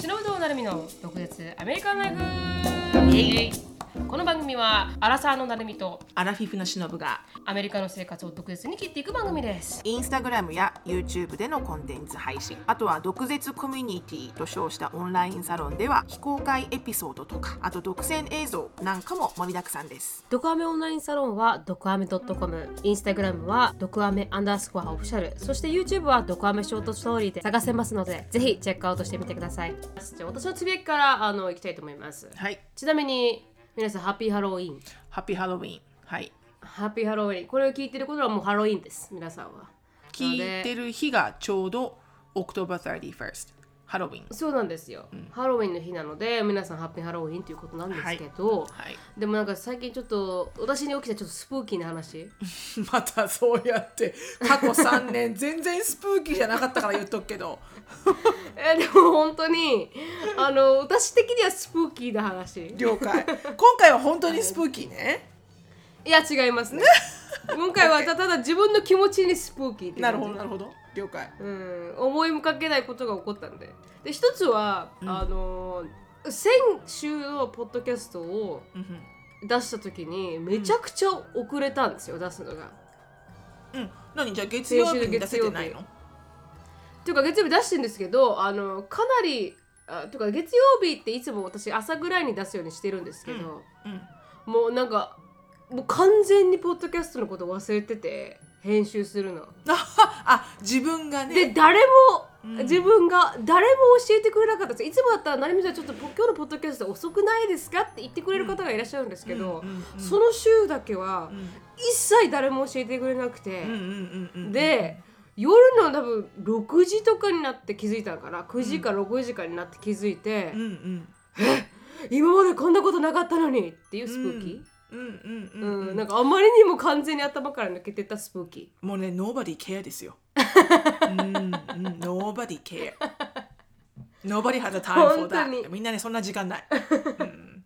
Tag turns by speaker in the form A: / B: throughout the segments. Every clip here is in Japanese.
A: 忍ぶとなるみの独舌アメリカンライフこの番組はアラサーのなるみと
B: アラフィフのしのぶが
A: アメリカの生活を独舌に切っていく番組です
B: インスタグラムや YouTube でのコンテンツ配信あとは毒舌コミュニティと称したオンラインサロンでは非公開エピソードとかあと独占映像なんかも盛りだくさんです
A: ドクアメオンラインサロンはドクアメ .com インスタグラムはドクアメアンダースコアオフィシャルそして YouTube はドクアメショートストーリーで探せますのでぜひチェックアウトしてみてくださいじゃあ私のつぶやきからあの行きたいと思います
B: はい
A: ちなみに皆さんハッピーハロウィン
B: ハッピーハロウィンはい
A: ハッピーハロウィンこれを聞いてることはもうハロウィンです皆さんは
B: 聞いてる日がちょうど October 31st ハロウィン
A: そうなんですよ、ハロウィンの日なので皆さんハッピーハロウィンということなんですけど、
B: はい
A: でもなんか最近ちょっと私に起きたちょっとスプーキーな話
B: またそうやって過去3年 全然スプーキーじゃなかったから言っとくけ ど
A: えでも本当にあの私的にはスプーキーな話
B: 了解今回は本当にスプーキーね
A: いや違いますね今回 はただ自分の気持ちにスプーキーっていう感じ
B: なるほどなるほど了解
A: うん、思いもかけないことが起こったんでで一つは、あの先週のポッドキャストを出した時にめちゃくちゃ遅れたんですよ、出すのが。
B: うん何じゃあ月曜日に出せてないの
A: というか月曜日出してるんですけどあのかなりあというか月曜日っていつも私朝ぐらいに出すようにしてるんですけど、
B: うん
A: もうなんかもう完全にポッドキャストのこと忘れてて編集するの。
B: あ自分が
A: で
B: ね
A: 誰も、
B: うん
A: 自分が誰も教えてくれなかったんですいつもだったら成美さんちょっと今日のポッドキャスト遅くないですかって言ってくれる方がいらっしゃるんですけど、
B: うんうんうん
A: その週だけは
B: うん
A: 一切誰も教えてくれなくて、
B: うんうんうんうん
A: で夜の多分6時とかになって気づいたのかな9時か6時かになって気づいて、
B: うんうん
A: 今までこんなことなかったのにっていうスプーキー、
B: うんうんう
A: うん
B: んうん
A: なんかあまりにも完全に頭から抜けてったスプーキー。
B: もうね nobody care です ようんうん nobody care nobody has a time for
A: 本当に
B: that みんなねそんな時間ないうん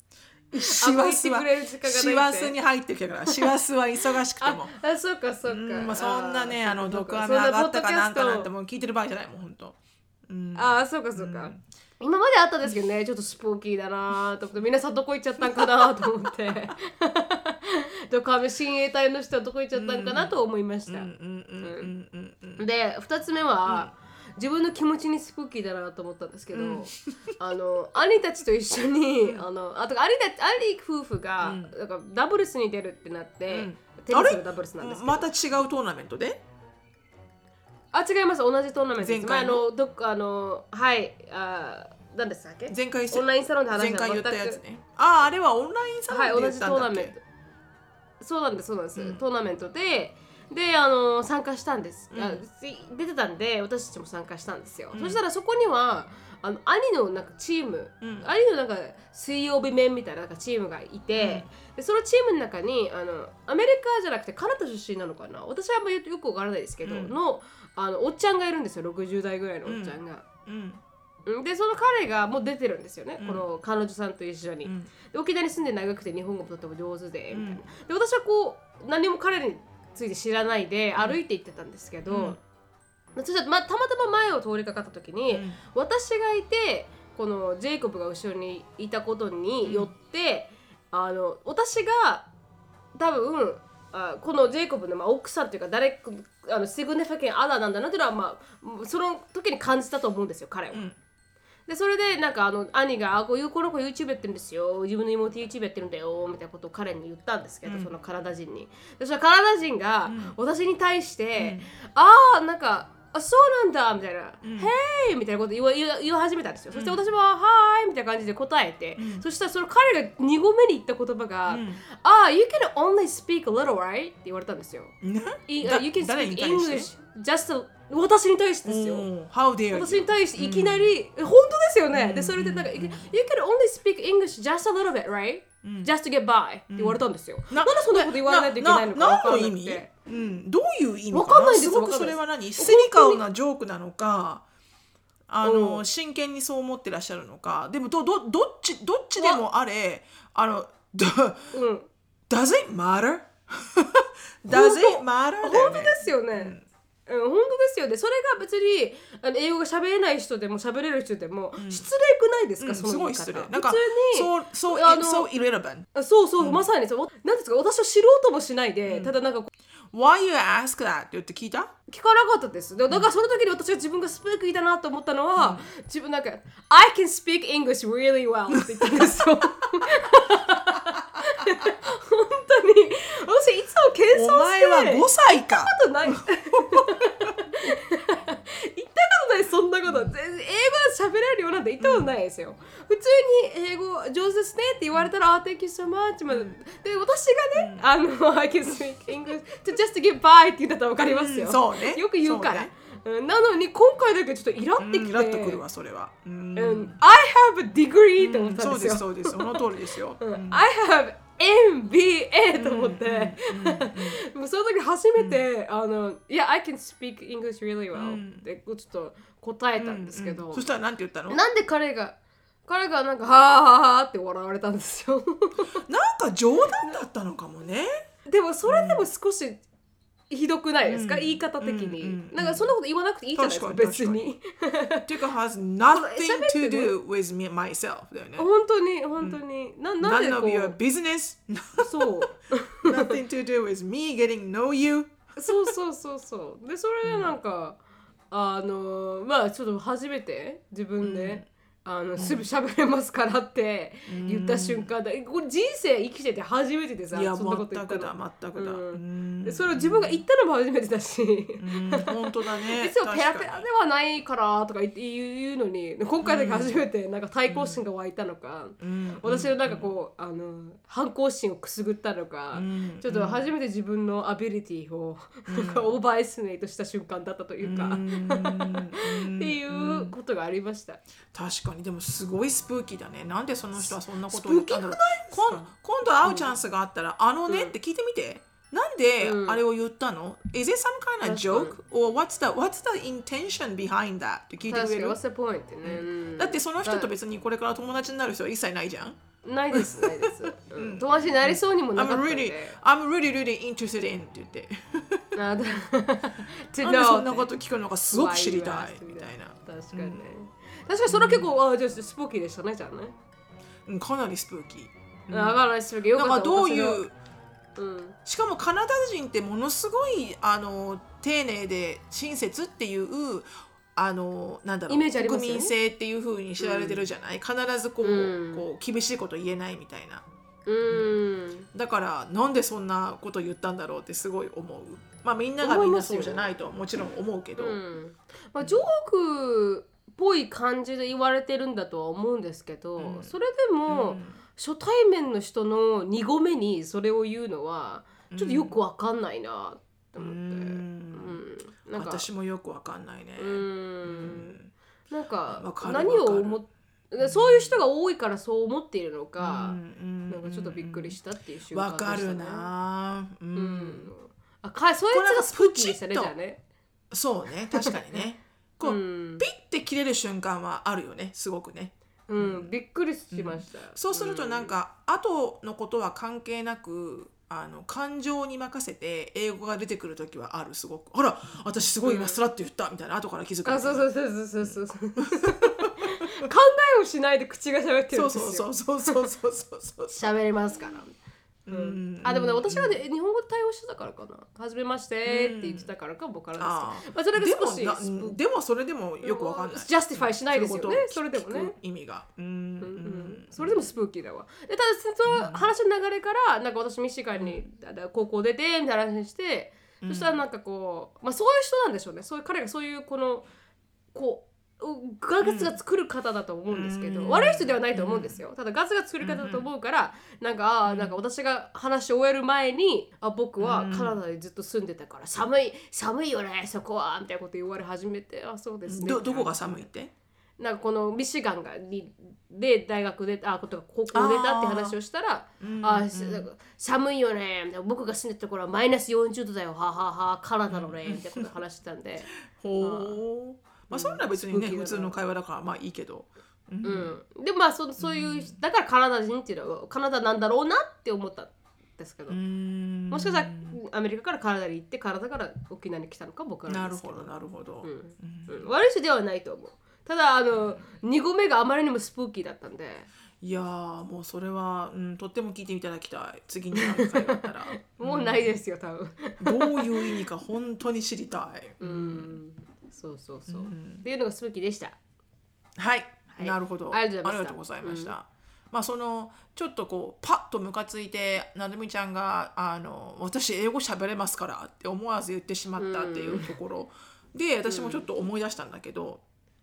A: あ
B: 師
A: んまり
B: 走
A: 言って
B: は
A: くれる時間がないって
B: 師走に入ってきたから師走は忙しくても
A: ああ、そうかそうか。
B: うんまあ、そんなねあの
A: そう
B: 毒
A: か
B: ア
A: そ
B: メ
A: う
B: 上
A: か
B: がったかなんかなん
A: そポッドキャス
B: てもう聞いてる場合じゃないもん本当うん
A: トああ、そうかそうか。今まであったんですけどね、ちょっとスポーキーだなと思って、皆さんどこ行っちゃったんかなと思 って。ドカメ親衛隊の人はどこ行っちゃったんかなと思いまし
B: うんう
A: た。
B: んうんうんうんうん
A: で、二つ目は、自分の気持ちにスプーキーだなと思ったんですけど、 あの兄たちと一緒にあのあと兄たち兄夫婦が、なんかダブルスに出るってなって、
B: うん
A: テニスのダブルスなんですけど
B: また違うトーナメントで
A: あ違います同じトーナメントです
B: 前
A: 前
B: 回の
A: のどっかあのはいあー何でしたっけ
B: 前回し
A: オンラインサロンで話
B: 前
A: した
B: 回言
A: 全
B: った
A: く
B: やつねあああれはオンラインサ
A: はい
B: ロン
A: 同
B: で言っ
A: じト
B: たん
A: ーナ
B: だっけ、
A: メントそうなんですそうなんです、トーナメントでであの参加したんです、あつ出てたんで私たちも参加したんですよ、そしたらそこにはあの兄のなんかチーム、
B: うん
A: 兄のなんか水曜日面みたいななんかチームがいて、でそのチームの中にあのアメリカじゃなくてカナダ出身なのかな私はあんまよよくわからないですけど、
B: うん
A: のあのおっちゃんがいるんですよ60代ぐらいのおっちゃんが。
B: うん
A: うんでその彼がもう出てるんですよね、
B: うん
A: この彼女さんと一緒に、
B: うん
A: で沖縄に住んで長くて日本語もとても上手で
B: う
A: みたい
B: ん
A: な、で私はこう何も彼について知らないで歩いて行ってたんですけど、
B: うん
A: そしたらまたまたま前を通りかかった時に、
B: うん
A: 私がいてこのジェイコブが後ろにいたことによって、あの私が多分あこのジェイコブの、まあ、奥さんというか誰かあのシグネファケンアダなんだなというのは、まあ、その時に感じたと思うんですよ彼は。
B: うん
A: でそれでなんかあの兄が「あこういうこの子 YouTube やってるんですよ自分の妹 YouTube やってるんだよ」みたいなことを彼に言ったんですけど、
B: うん
A: そのカナダ人に。でそしたらカナダ人が
B: うん
A: 私に対して
B: うん
A: 「ああなんかあそうなんだ」みたいな「
B: うん
A: へえ」みたいなこと言わ言わ言い始めたんですよ。そして
B: うん
A: 私も「はーい」みたいな感じで答えて、
B: うん
A: そしたらその彼が2語目に言った言葉が「
B: うん
A: ああ you can only speak a little right」って言われたんですよ。
B: ね
A: い
B: だ
A: you can
B: 誰
A: speak
B: に対して
A: English just a- 私に対してですよ。
B: おー How dare you
A: 私に対していきなり、え本当ですよね、
B: うん
A: でそれでなんか、
B: うん
A: You can only speak English just a little bit, right?
B: うん
A: Just to get by、って言われたんですよ。なんでそんなこと言われないといけないのかわかんな
B: 何
A: く
B: の意味
A: て。、
B: うん、どういう意味
A: わかんないです
B: すごくそれは何シニカルなジョークなのかあ
A: う
B: の
A: ん
B: 真剣にそう思ってらっしゃるのかでもどどどっちどっちでもあれあの「do-
A: うん、
B: does it matter? does it matter?」だよ
A: 本当
B: ね
A: ですよね。うん、本当ですよねそれが別にあの英語が喋れない人でも喋れる人でも
B: ん
A: 失礼くないですか、
B: うん
A: その
B: すご
A: 言
B: い
A: い方
B: 失礼なんか
A: 普通に
B: そうそう
A: あの
B: so irrelevant
A: あそうそう、まさにそうなんですか私は知ろうともしないで、ただなんか
B: Why you ask that? って言って聞いた
A: 聞かなかったですだだからその時に私が自分がスペークいたなと思ったのは、自分なんか「I can speak English really well」って言ったんです よ本当に私いつも
B: お
A: 謙遜して
B: 前は5歳か
A: ことない言ったことないそんなこと全然英語で喋れるようなんて言ったことないですよ、普通に英語上手ですねって言われたら「あ、Thank you so much」までで私がね「あの I can speak English to just give by」って言ったら分かりますよ、
B: うんそうね
A: よく言うから
B: そうね
A: うんなのに今回だけちょっとイラって
B: うん
A: き
B: イ
A: て、
B: ラッとくるわそれはうん
A: うん I have a degree って思ったん
B: そ
A: で
B: う
A: す
B: で
A: よ
B: す、そうですその通りで すよ、
A: うん I have MBA と思って、もうその時初めて、あの、いや、I can speak English really
B: う
A: well
B: ん
A: ってちょっと答えたんですけど、
B: うんそしたらなんて言ったの
A: なんで彼が、彼がなんか、はあはあはあって笑われたんですよ。
B: なんか冗談だったのかもね。
A: でも、それでも少し、ひどくないですか、
B: うん
A: 言い方的に、
B: うんうん
A: なんかそんなこと言わなくていいじゃないですか
B: 確かに
A: 別に
B: ていうか has nothing
A: 喋
B: to
A: ってね
B: do with me myself だよね。
A: 本当に本当に、ななんで
B: None of
A: こ
B: your
A: う
B: business,
A: そう
B: nothing to do with me getting know you.
A: そうそうそう そうでそれでなんか、あのーまあちょっと初めて自分で、あのすぐ喋れますからって言った瞬間だ、えこれ人生生きてて初めてでさ
B: いや
A: そんなこと言
B: 全
A: った
B: く
A: の
B: だ全くだ。
A: う
B: うんん
A: でそれを自分が言ったのも初めてだし、
B: うん本当だ ね。
A: いつもペラ
B: 確
A: ペ
B: か
A: ラ
B: に
A: ではないからとか言って言うのに今回だけ初めてなんか対抗心が湧いたのか、
B: うん
A: 私のなんかこうあの反抗心をくすぐったのか、
B: うん
A: ちょっと初めて自分のアビリティを、なんかオーバーエスティメイトした瞬間だったというか、
B: うん
A: っていうことがありました。
B: 確かにでもすごいスプーキーだねなんでその人はそんなことを
A: ス
B: 言
A: プー
B: っ
A: キー
B: たんだろう今今度会うチャンスがあったら「あのね」って聞いてみて、なんで
A: うん
B: あれを言ったの、?Is it some kind
A: 確
B: of joke? or what's the, what's the intention behind that? って聞いて
A: 確か
B: くれ
A: に、
B: る
A: What's the point? ってね、うん
B: だってその人と別にこれから友達になる人は一切ないじゃん
A: ないです、ないです。うん友達になりそうにもなかった
B: I'm
A: の
B: really,
A: で。
B: I'm really, really interested in って言 って
A: あだ To
B: なんで
A: know
B: そんなこと聞くのかすごく知りた
A: Why you asked
B: いみたいな、
A: 確かにね。確かにそれは結構、あじゃあスポーキーでしたね、じゃあね。
B: うん、かなりスプーキー
A: あだからスポーキーよ
B: な
A: か
B: ん
A: った
B: かどうい
A: 私の
B: う
A: うん
B: しかもカナダ人ってものすごいあの丁寧で親切っていうあのなんだろう
A: イメージありますよね
B: 国民性っていう風に知られてるじゃない、必ずこう,、
A: うん
B: こう厳しいこと言えないみたいな
A: うん。
B: だからなんでそんなこと言ったんだろうってすごい思うまあみんなが
A: 思
B: み
A: い
B: ん
A: ま
B: な
A: すよ
B: そうじゃないとはもちろん思うけど、
A: うんまあ、ジョークっぽい感じで言われてるんだとは思うんですけど、
B: うん
A: それでも、
B: うん
A: 初対面の人の2語目にそれを言うのはちょっとよくわかんないなって思って、うんなんか
B: 私もよくわかんないね、
A: う
B: うんん
A: なんか
B: わかる
A: 何を
B: わかる
A: 思っそういう人が多いからそう思っているのか
B: う、ん
A: なんかちょっとびっくりしたっていう瞬間
B: わ
A: でした
B: か
A: ね
B: るなぁ、
A: う
B: うん
A: ん、あかそいつがスプーキーでしたねじ
B: これ
A: ゃ
B: な
A: あね
B: そ うね確かにねこう、
A: うん
B: ピッて切れる瞬間はあるよねすごくね
A: うん、びっくりしました、
B: そうするとなんか、後のことは関係なくあの感情に任せて英語が出てくる時はあるすごくあら私すごい今スラッと言った、みたいな後から気づく
A: あそう
B: う
A: そうそうそうそう そう考えをしないで口が喋ってるん
B: そ
A: で
B: う
A: すよ
B: そうそうそうそうそうそうそう
A: 喋れますから
B: うん
A: あでもね私がね日本語で対応してたからかな「初めまして」って言ってたからかも から
B: あ
A: ですけど、
B: ー
A: まあ、それが
B: でも
A: 少し
B: なでもそれでもよくわかんない
A: ジャスティファイしないですよね
B: そういうことを
A: それでもね
B: 聞く意味がうんう
A: うんんそれでもスプーキーだわでただその話の流れからなんか私ミシガンにだだ高校出てみたいな話して、そしたらなんかこう、まあ、そういう人なんでしょうねそういう彼がそういうこのこううガツが作る方だと思うんですけど、
B: うん
A: 悪い人ではないと思うんですよ、ただガツが作る方だと思うから、なんかあーなんか私が話を終える前にあ僕はカナダでずっと住んでたから寒い寒いよねそこはみたいなこと言われ始めてあそうですね
B: どどこが寒いって
A: なんかこのミシガンがにで大学であことか高校出たって話をしたら「あ
B: うん
A: あしなんか寒いよね」みたいな僕が住んでたところはマイナス40度だよはあはあはあカナダのね」みたいなこと話してたんで、
B: ほうまあそんな別に
A: スプーキ
B: ね
A: ーだな
B: 普通の会話だからまあいいけど
A: うん、でまあそそういうだからカナダ人っていうのはカナダなんだろうなって思ったんですけど、も
B: も
A: しかしたらアメリカからカナダに行ってカナダから沖縄に来たのか僕ら
B: な
A: で
B: る
A: すけ
B: ほどなるほど、
A: うん
B: うん
A: うん悪い人ではないと思うただあの2合目があまりにもスプーキーだったんで
B: いやーもうそれは、うん、とっても聞いていただきたい次に何回だった ら
A: もうないですよ多分
B: どういう意味か本当に知りたい、
A: うん、そうそうそう、
B: うん
A: っていうのがスプーキーでした
B: はい、
A: はい
B: なるほど
A: ありがとうございました
B: ございましたまあそのちょっとこうパッとムカついてなるみちゃんがあの「私英語喋れますから」って思わず言ってしまったっていうところ、で私もちょっと思い出したんだけど、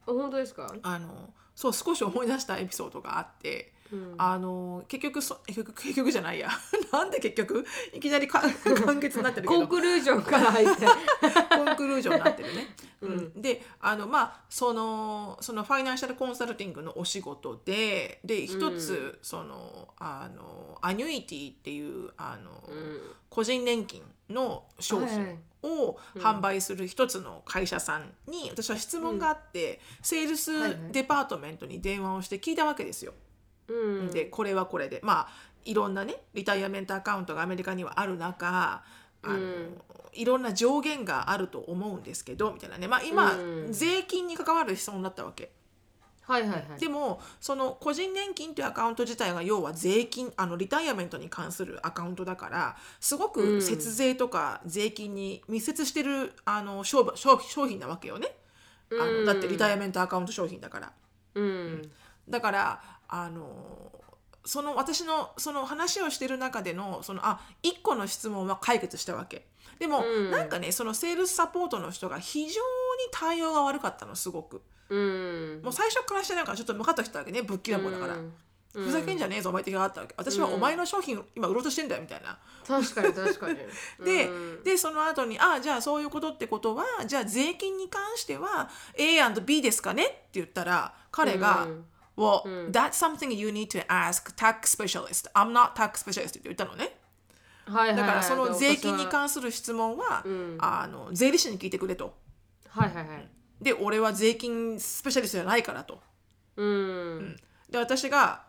A: あ本当ですか、
B: あのそう少し思い出したエピソードがあって。
A: うん
B: あの結局そ結局結局じゃないや なんで結局いきなり か完結になってるけ
A: コン
B: ど
A: クルージョンから入って、
B: コンクルージョンになってるね。 うん、であのまあそのそのファイナンシャルコンサルティングのお仕事でで一つ、そのあのアニュイティっていうあの、
A: うん
B: 個人年金の商
A: はい
B: 品を販売する一つの会社さんに、私は質問があって、セール
A: はいはい
B: スデパートメントに電話をして聞いたわけですよ。
A: うん、
B: でこれはこれでまあいろんなねリタイアメントアカウントがアメリカにはある中あの、
A: うん
B: いろんな上限があると思うんですけどみたいなねまあ今、
A: うん
B: 税金に関わる質問だったわけ
A: はいはいはい
B: でもその個人年金というアカウント自体が要は税金あのリタイアメントに関するアカウントだからすご
A: うん
B: く節税とか税金に密接してるあの商売商商品なわけよねあ
A: う
B: の
A: ん
B: だってリタイアメントアカウント商品だから。
A: うん
B: だからあのその私のその話をしてる中でのそのあ1個の質問は解決したわけでも、
A: うん
B: なんかねそのセールスサポートの人が非常に対応が悪かったのすごく
A: うん
B: もう最初からしてなんかちょっとムカッときたわけねぶっきらぼうだから、ふざけんじ
A: ゃ
B: ゃねえぞお前って言われたわけ私はお前の商品今売ろうとしてんだよみたいな、
A: 確かに確かに
B: で
A: うん
B: でその後に「あじゃあそういうことってことはじゃあ税金に関しては A&B ですかね?」って言ったら彼が「
A: うん
B: Well,
A: うん
B: that's something you need to ask tax specialist. I'm not tax specialist って言ったのね。
A: はい
B: だ
A: はいはい
B: からその税金に
A: 関
B: 関する質問は、
A: ん
B: あの税理士に聞いてくれと。
A: はいはいはい
B: で、俺は税金スペシャリストじゃないからと。
A: うん
B: で、私が、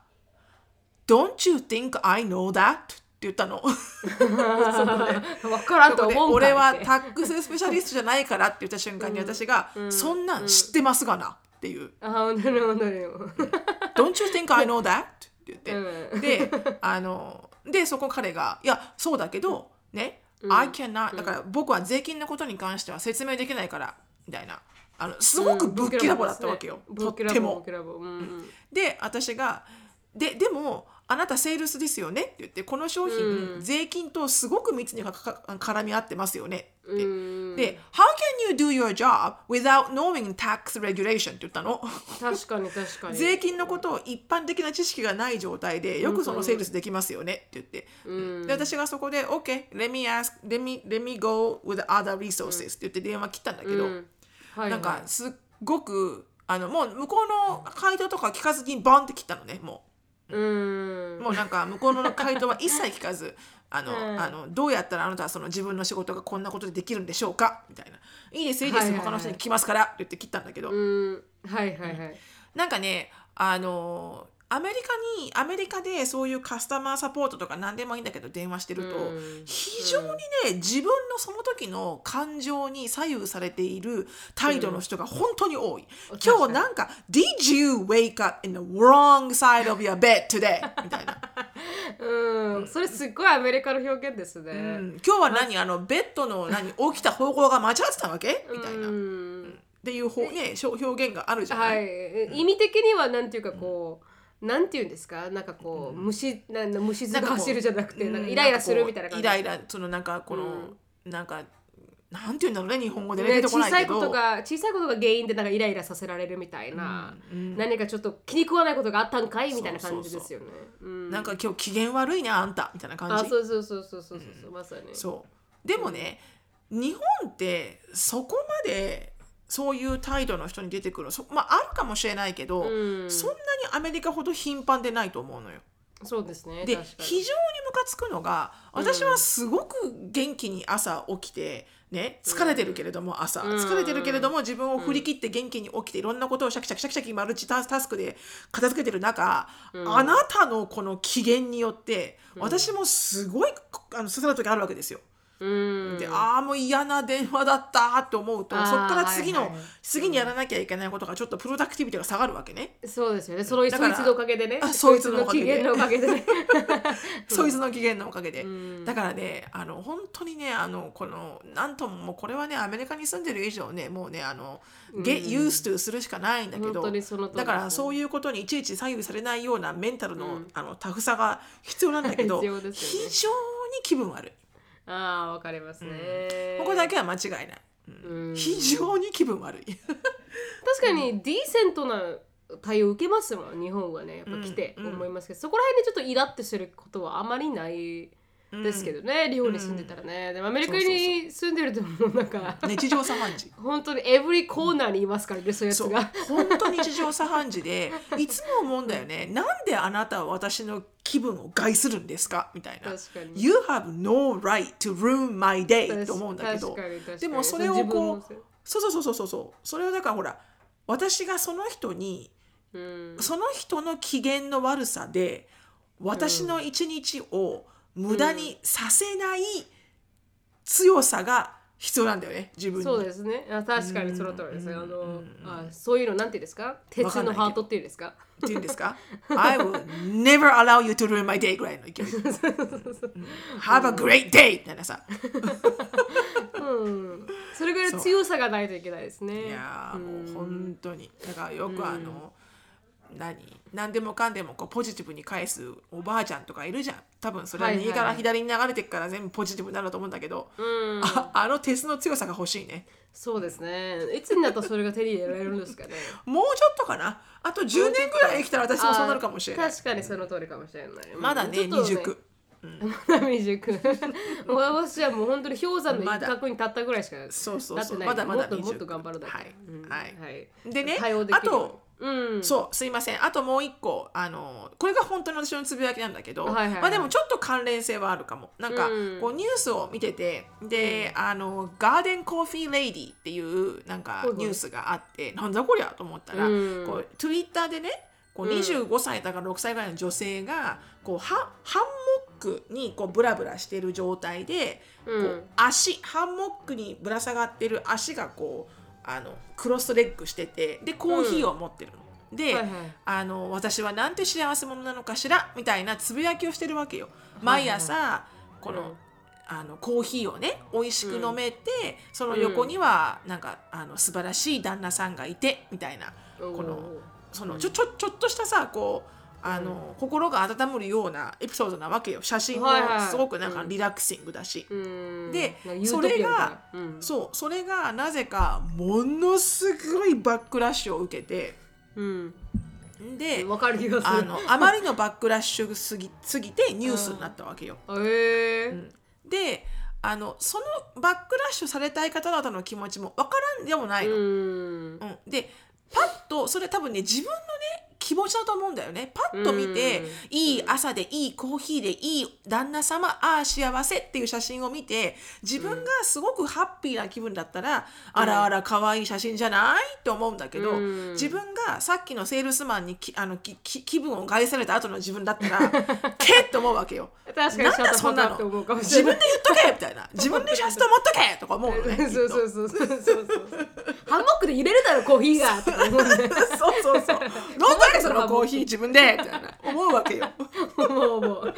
B: Don't you think I know that? って言ったの。
A: 分からんと
B: で
A: 思うん
B: 俺は
A: って
B: タックススペシャリストじゃないからって言った瞬間に私が、そんなん知ってますがなっていう。
A: あ本当に本当にうん
B: Don't you think I know that? って言って。
A: うん
B: であのでそこ彼が「いやそうだけどね、I cannot だから僕は税金のことに関しては説明できないから」みたいなあのすごくぶっきらぼうだったわけよ、
A: うん
B: と
A: ぶ
B: っ
A: きら
B: て
A: ぼうぶっ
B: も
A: き。らぼううんうん
B: で私が「ででもあなたセールスですよね」って言ってこの商品、
A: うん
B: 税金とすごく密にかか絡み合ってますよねって。
A: うん
B: で「How can you do your job without knowing tax regulation?」って言ったの。
A: 確かに確かに
B: 税金のことを一般的な知識がない状態でよくそのセールスできますよねって言って、
A: うん
B: で私がそこで「OK let me ask let me, let me go with other resources」って言って電話切ったんだけど、
A: うんはいはい
B: なんかすっごくあのもう向こうの回答とか聞かずにボンって切ったのねも
A: うん
B: うもうなんか向こうの回答は一切聞かずあの、
A: うん
B: あのどうやったらあなたはその自分の仕事がこんなことでできるんでしょうかみたいな「いいですいいです、
A: はいはいはい
B: 他の人に聞きますから」って言って切ったんだけど、
A: うんはいはいはい
B: なんかね、あのアメリカにアメリカでそういうカスタマーサポートとか何でもいいんだけど電話してると、
A: うん
B: 非常にね自分のその時の感情に左右されている態度の人が本当に多い、
A: うん
B: 今日なんか「Did you wake up in the wrong side of your bed today?」みたいな、
A: うんそれすっごいアメリカの表現ですね
B: うん今日は何あのベッ ドの何起きた方向が間違ってたわけみたいな、
A: う
B: っ
A: ん
B: ていう方、ね、しょ表現があるじゃない、
A: はい、意味的にはなんていうかこう、なんていうんですかなんかこう虫なんだ虫図が走るじゃなくて
B: う
A: なんかイライラするみたいな
B: こ
A: 感
B: う
A: じ
B: イライラそのなんかこの、なんかなんていうんだろうね日本語でね
A: ね
B: 出てこ
A: 小
B: ない
A: さ
B: け
A: いこ
B: ど
A: とが小さいことが原因でなんかイライラさせられるみたいな、
B: うん
A: 何かちょっと気に食わないことがあったんかいみたいな感じですよねうん
B: なんか今日機嫌悪いねあんたみたいな感
A: あ
B: じ
A: そうそうそうそうそうそうそうまさに
B: そうでもね、日本ってそこまでそういう態度の人に出てくるそまああるかもしれないけど、
A: うん
B: そんなにアメリカほど頻繁でないと思うのよ。
A: そうですね
B: で
A: 確かに
B: 非常にムカつくのが私はすごく元気に朝起きて、ね、疲れてるけれども朝、
A: うん
B: 疲れてるけれども自分を振り切って元気に起きていろんなことをシャキシャキシャキシャキマルチタスクで片付けてる中、
A: うん
B: あなたのこの機嫌によって私もすごいあの刺さる時あるわけですよ。
A: うん
B: でああもう嫌な電話だったって思うと
A: あー
B: そこから次の、
A: はいはい
B: 次にやらなきゃいけないことがちょっとプロダクティビティが下がるわけね。
A: そうですよねそのそい
B: だから
A: つのおかげでね
B: あそいつのおかげ
A: そい
B: で
A: つの機嫌のおかげで ね
B: そいつの機嫌のおかげで。
A: うん
B: だからねあの本当にねあのこのなんとももうこれはねアメリカに住んでる以上ねもうねあの
A: うん
B: get used to するしかないんだけ
A: 本
B: ど、
A: 当にその通り
B: だから
A: う
B: そういうことにいちいち左右されないようなメンタルの,、
A: うん
B: あのタフさが必要なんだけど、
A: 必要ですよね
B: 非常に気分悪い、
A: ああわかりますね、
B: ここだけは間違いない、
A: うん
B: 非常に気分悪い
A: 確かにディーセントな対応受けますもん日本はねやっぱ来て
B: うんうん
A: 思いますけど、そこら辺でちょっとイラッとすることはあまりないですけどね、日本に住んでたらね、でもアメリカに住んでるともうなんか
B: 日常茶飯 事
A: 本当にエブリコーナーにいますからねそういうやつ
B: そう
A: が。
B: 本当日常茶飯事でいつも思うんだよねなんであなたは私の気分を害するんですかみたいな
A: 確かに
B: You have no right to ruin my day と思うんだけど
A: 確かに確かに
B: でもそれをこう
A: 自分の
B: そうそうそうそうそうそれをだからほら私がその人に
A: せいうん
B: その人の機嫌の悪さで私の一日を無駄にさせない強さが必要なんだよね自分に。
A: そうですねあ確かにその通りです、
B: うん
A: あ
B: う
A: の
B: ん
A: あそういうのなんていうんですか鉄
B: わかん
A: の
B: ないけど
A: ハートっていうんですか
B: って言うんですか ?I will never allow you to ruin my day ぐらいの 勢い。Have a great day! みたいなさ。
A: うんそれぐらいの強さがないといけないですね
B: いやーもう本当に。だからよくあの、何何でもかんでもこうポジティブに返すおばあちゃんとかいるじゃん。多分それは右
A: は
B: か
A: いはいは
B: ら
A: い
B: 左に流れてくから全部ポジティブになると思うんだけど、
A: うん
B: ああのテスの強さが欲しいね。
A: そうですね。いつになったらそれが手に入れられるんですかね。
B: もうちょっとかな。あと10年ぐらい生きたら私も そうなるかもしれない
A: あー。確かにその通りかもしれない。
B: まだね、
A: ちょっと
B: 未熟。
A: まだ 未熟。もう私はもう本当に氷山の一角に立ったぐらいしか。
B: そうそう
A: なって
B: そう。
A: ない
B: まだまだ
A: もっと
B: 未
A: もっと
B: 熟。
A: 頑張らないと
B: はい
A: うん。
B: はい。
A: はい。
B: でね
A: 対応できる
B: あと、
A: うん。
B: そうすいませんあともう一個あのこれが本当の私のつぶやきなんだけど、
A: はいはいはい
B: まあ、でもちょっと関連性はあるかもなんか、
A: うん
B: こうニュースを見ててで、あのガーデンコーヒーレイディっていうなんか
A: ほいほい
B: ニュースがあってなんだこりゃと思ったら、
A: うん
B: こうツイッターでねこう
A: うん
B: 25歳だから6歳ぐらいの女性がこうハハンモックにこうブラブラしてる状態で、
A: うん
B: こう足ハンモックにぶら下がってる足がこうあのクロスレッグしててでコーヒーを持ってるの。で、
A: はいはい
B: あの私はなんて幸せ者なのかしらみたいなつぶやきをしてるわけよ。毎朝、この、
A: うん
B: あのコーヒーをね美味しく飲めて、その横にはなんかあの素晴らしい旦那さんがいてみたいなこのそのちょちょちょっとしたさこうあの、心が温まるようなエピソードなわけよ写真も
A: はいはい
B: すごくなんか
A: うん
B: リラクシングだし、
A: うん。
B: で
A: なんかユートピアみたいなうん
B: そうそれがなぜかものすごいバックラッシュを受けてで
A: うん。わかる気がす
B: あ
A: る。
B: のあまりのバックラッシュすぎすぎてニュースになったわけよ。
A: へえ。
B: であのそのバックラッシュされたい方々の気持ちもわからんでもないの。
A: うん
B: う。んでパッとそれ多分ね自分のね気持ちだと思うんだよねパッと見て
A: うん
B: いい朝でいいコーヒーでいい旦那様ああ幸せっていう写真を見て自分がすごくハッピーな気分だったら、あらあら可愛い写真じゃないと思うんだけど、
A: うん
B: 自分がさっきのセールスマンにきあのきき気分を害された後の自分だったら けっと思うわけよ。
A: 確かにシャ
B: なん
A: ッ
B: だ
A: タ
B: そ
A: ー
B: ん
A: だ
B: な
A: っ
B: の
A: て思うかもし
B: 自
A: れ
B: 分
A: ない
B: で。言っとけみたいな自分で写真と持っとけとか思うのね。きっと
A: そうそう そうそうそうそう。ハンモックで入れるだろコーヒーがとか思うん だよね。
B: そうそうそう。飲んだけそのコーヒー自分でみたいな 思うわけよ。
A: もうもう。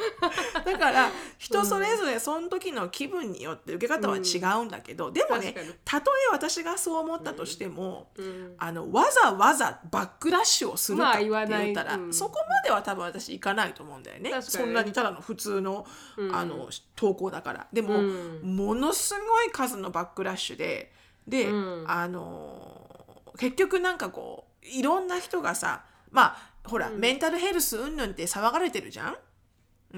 B: だから人それぞれその時の気分によって受け方は違うんだけど、でも
A: 確
B: ね
A: かに
B: たとえ私がそう思ったとしても、
A: うん
B: あのわざわざバックラッシュをする
A: ま
B: か
A: あ
B: って
A: 言わない
B: 言ったら、
A: うん
B: そこまでは多分私いかないと思うんだよね
A: 確かに
B: そんなにただの普通の,、あの投稿だからでも、
A: うん
B: ものすごい数のバックラッシュでで、
A: うん
B: あのー結局なんかこういろんな人がさまあほら、メンタルヘルスうんぬんって騒がれてるじゃん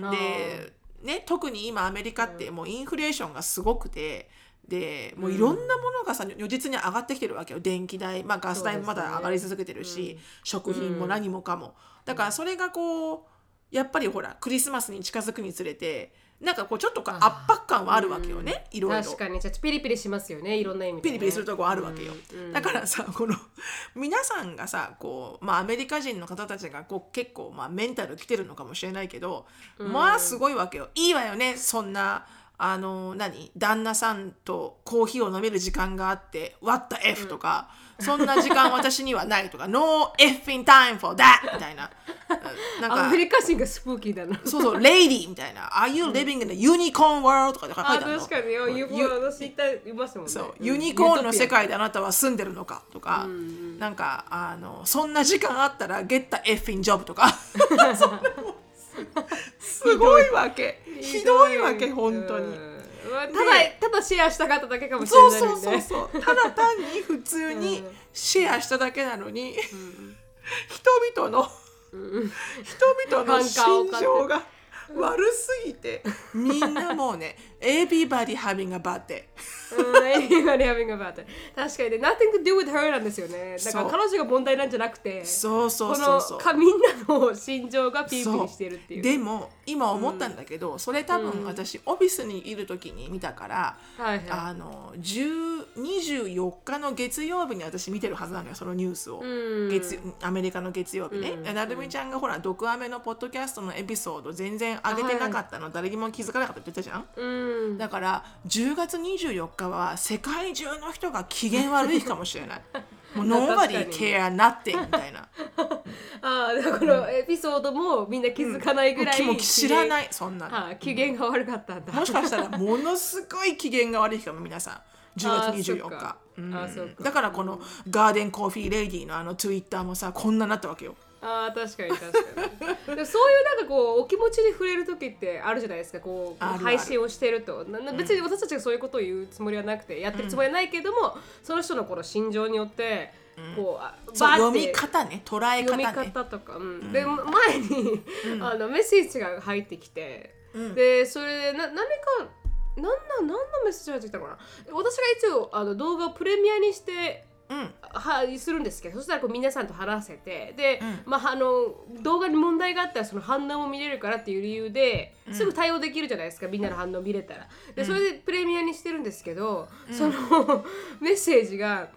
A: あ
B: で、ね、特に今アメリカってもうインフレーションがすごくてでもういろんなものがさ如実に上がってきてるわけよ電気代、まあ、ガス代もま
A: そうです
B: だ
A: ね
B: 上がり続けてるし、食品も何もかも、だからそれがこうやっぱりほらクリスマスに近づくにつれてなんかこうちょっとこう圧迫感はあるわけよねいろいろ
A: 確かにちょっとピリピリしますよねいろんな意味で、ね、
B: ピリピリするとこあるわけよ
A: うんうん
B: だからさこの皆さんがさこう、まあ、アメリカ人の方たちがこう結構、まあ、メンタル来てるのかもしれないけど、まあすごいわけよいいわよねそんなあの何旦那さんとコーヒーを飲める時間があって「What the F」とか、そんな時間私にはない」とか「No effing time for that」みたいな。うんなん
A: ア
B: か
A: メリカ人がスプーキーだな
B: そうそう、レイディーみたいな。Are you living in a unicorn world? とか書い
A: あ
B: てあるの。
A: 確かによ
B: うん
A: ユ
B: ゆ
A: 私言ったいましたもんね
B: そう、
A: ん
B: ユニコーンの世界であなたは住んでるのかとか、なんかあのそんな時間あったらゲッタエフィンジョブとかそんなもうす すごいわけひどいわけ本当に。
A: うんまあただ
B: で
A: ただシェアしたかっただけかもし
B: そう
A: れな
B: そ
A: いうね
B: そうそうただ単に普通にシェアしただけなのに、人々の人々の心情が悪すぎてみんなもうね 「Everybody having a bad day」
A: うん Everybody having a bad day 確かにね nothing to do with her なんですよねだから
B: そう
A: 彼女が問題なんじゃなくて
B: そうそう
A: こ
B: そう
A: の
B: そう。
A: かみんなの心情がピリピリしてるっていう
B: でも今思ったんだけど、それ多分私オフィスにいる時に見たから、
A: はいは
B: あの10 24日の月曜日に私見てるはずなのよそのニュースを、
A: うん
B: 月アメリカの月曜日ね、
A: う
B: なるみちゃんがほら「毒アメ」のポッドキャストのエピソード全然上げてなかったの、誰にも気づかなかったって言ったじゃん
A: いうん
B: だから10月24日は世界中の人が機嫌悪い日かもし れないもう
A: 確
B: Nobody
A: かに
B: care nothing みたいな
A: ああだからこのエピソードもみんな気づかない ぐらい
B: もう知らないいそんなの
A: 機嫌が悪かったんだ
B: もしかしたらものすごい機嫌が悪い日かも皆さん10月24
A: あーそ
B: 日
A: っかあーそっか
B: だからこのガーデンコーヒーレディーのあのツイッターもさこんなになったわけよ
A: あー確かに 確かにでもそういうなんかこうお気持ちに触れる時ってあるじゃないですかこう
B: あるある
A: 配信をしてるとなな別に私たちがそういうことを言うつもりはなくてやってるつもりはないけども、その人のこの心情によってこう、あ
B: そ
A: バ
B: う
A: ーっ
B: 読
A: て
B: み方ね捉え方
A: 読み
B: ね
A: 方とか、うんで前に、あのメッセージが入ってきて、
B: うん
A: でそれでな何か何な何のメッセージが入ってきたのかな私が一応あの動画をプレミアにして
B: うん
A: はいするんですけどそしたらこう皆さんと話せてで、
B: う
A: まあ、あの動画に問題があったらその反応も見れるからっていう理由ですぐ対応できるじゃないですか、みんなの反応見れたらでそれでプレミアにしてるんですけど、その メッセージが、
B: ん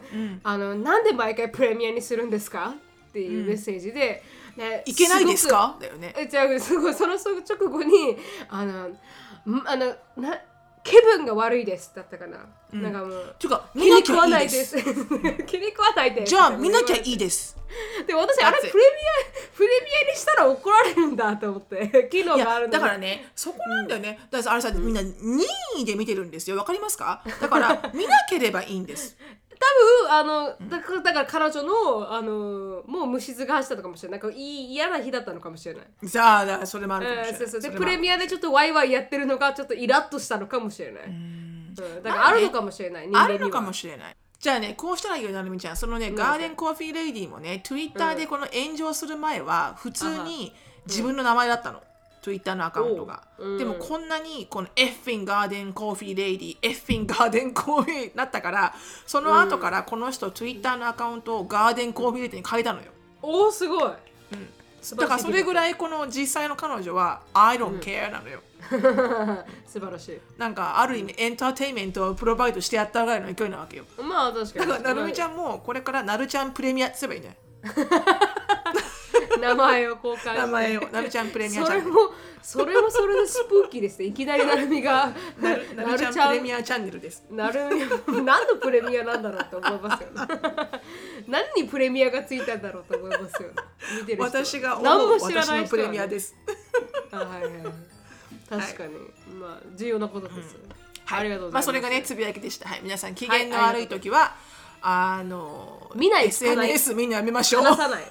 A: あの「なんで毎回プレミアにするんですか?」っていうメッセージで、ね
B: いけないです
A: ごく
B: かだよね
A: えじゃあすごいそのその直後にあのんあのな気分が悪いですだったかな、なんかもう
B: ていうか
A: 気
B: 見
A: に
B: な
A: 食
B: き
A: わな
B: ゃい
A: い
B: い
A: で
B: です
A: す 気に食わないです
B: じゃあ見なきゃい
A: い
B: いです
A: でも私あれプレミアプレミアにしたら怒られるんだと思 って機能
B: い
A: があ
B: や
A: るのに
B: だからねそこなんだよねだからあれさみんな任意で見てるんですよわかりますかだから 見なければいいんです
A: 多分あのだからだから彼女のあのもう虫ずが走ったのかもしれないなんかいい嫌な日だったのかもしれない
B: さあだからそれもあるかもし
A: え
B: れ
A: ー
B: ない
A: そうそうで
B: それ
A: プ
B: もある
A: レミアでちょっとワイワイやってるのがちょっとイラッとしたのかもしれない、うんだからあるのかもしれない、人間
B: あ
A: には
B: るのかもしれない。じゃあね、こうしたらいいよ、なるみちゃん。そのね、ガーデンコーヒーレイディーもね、Twitter でこの炎上する前は、普通に自分の名前だったの。Twitter のアカウントが。
A: おううん
B: でもこんなに、このエッフィンガーデンコーヒーレイディー、エッフィンガーデンコーヒーになったから、その後からこの人、Twitter のアカウントをガーデンコーヒーレイディーに変えたのよ。
A: おおすごい素晴
B: だ
A: らしい
B: からそれぐらい、この実際の彼女は、I don't care なのよ。
A: 素晴らしい
B: なんか、ある意味、エンターテインメントをプロバイドしてやったぐらいの勢いなわけよ。
A: まあ確かに
B: だからなるみち
A: ゃ
B: ゃんもこれからなるちゃんプレミアってすればいいんじゃ
A: ん 名前を交換して
B: ない名前をなるちゃんプレミアチ
A: そ
B: ャ
A: れ
B: ンネ
A: もそれもそれでスプーキーですねいきなりなるみが
B: ル なるちゃんプレミアチャンネルです
A: なるみ何のプレミアなんだろうと思いますよね 何にプレミアがついたんだろうと思いますよね見てる人は
B: 私が思
A: 何
B: う
A: も知ら
B: 私
A: ない人はね
B: のプレミアです
A: あはいはいはい確かに、まあ重要なことです、
B: はい
A: ありがとうございます、
B: まあそれがねつぶやきでしたはい皆さん機嫌の悪い時はあの
A: 見ない聞かない
B: SNS 見るのやめましょう
A: 話さ ない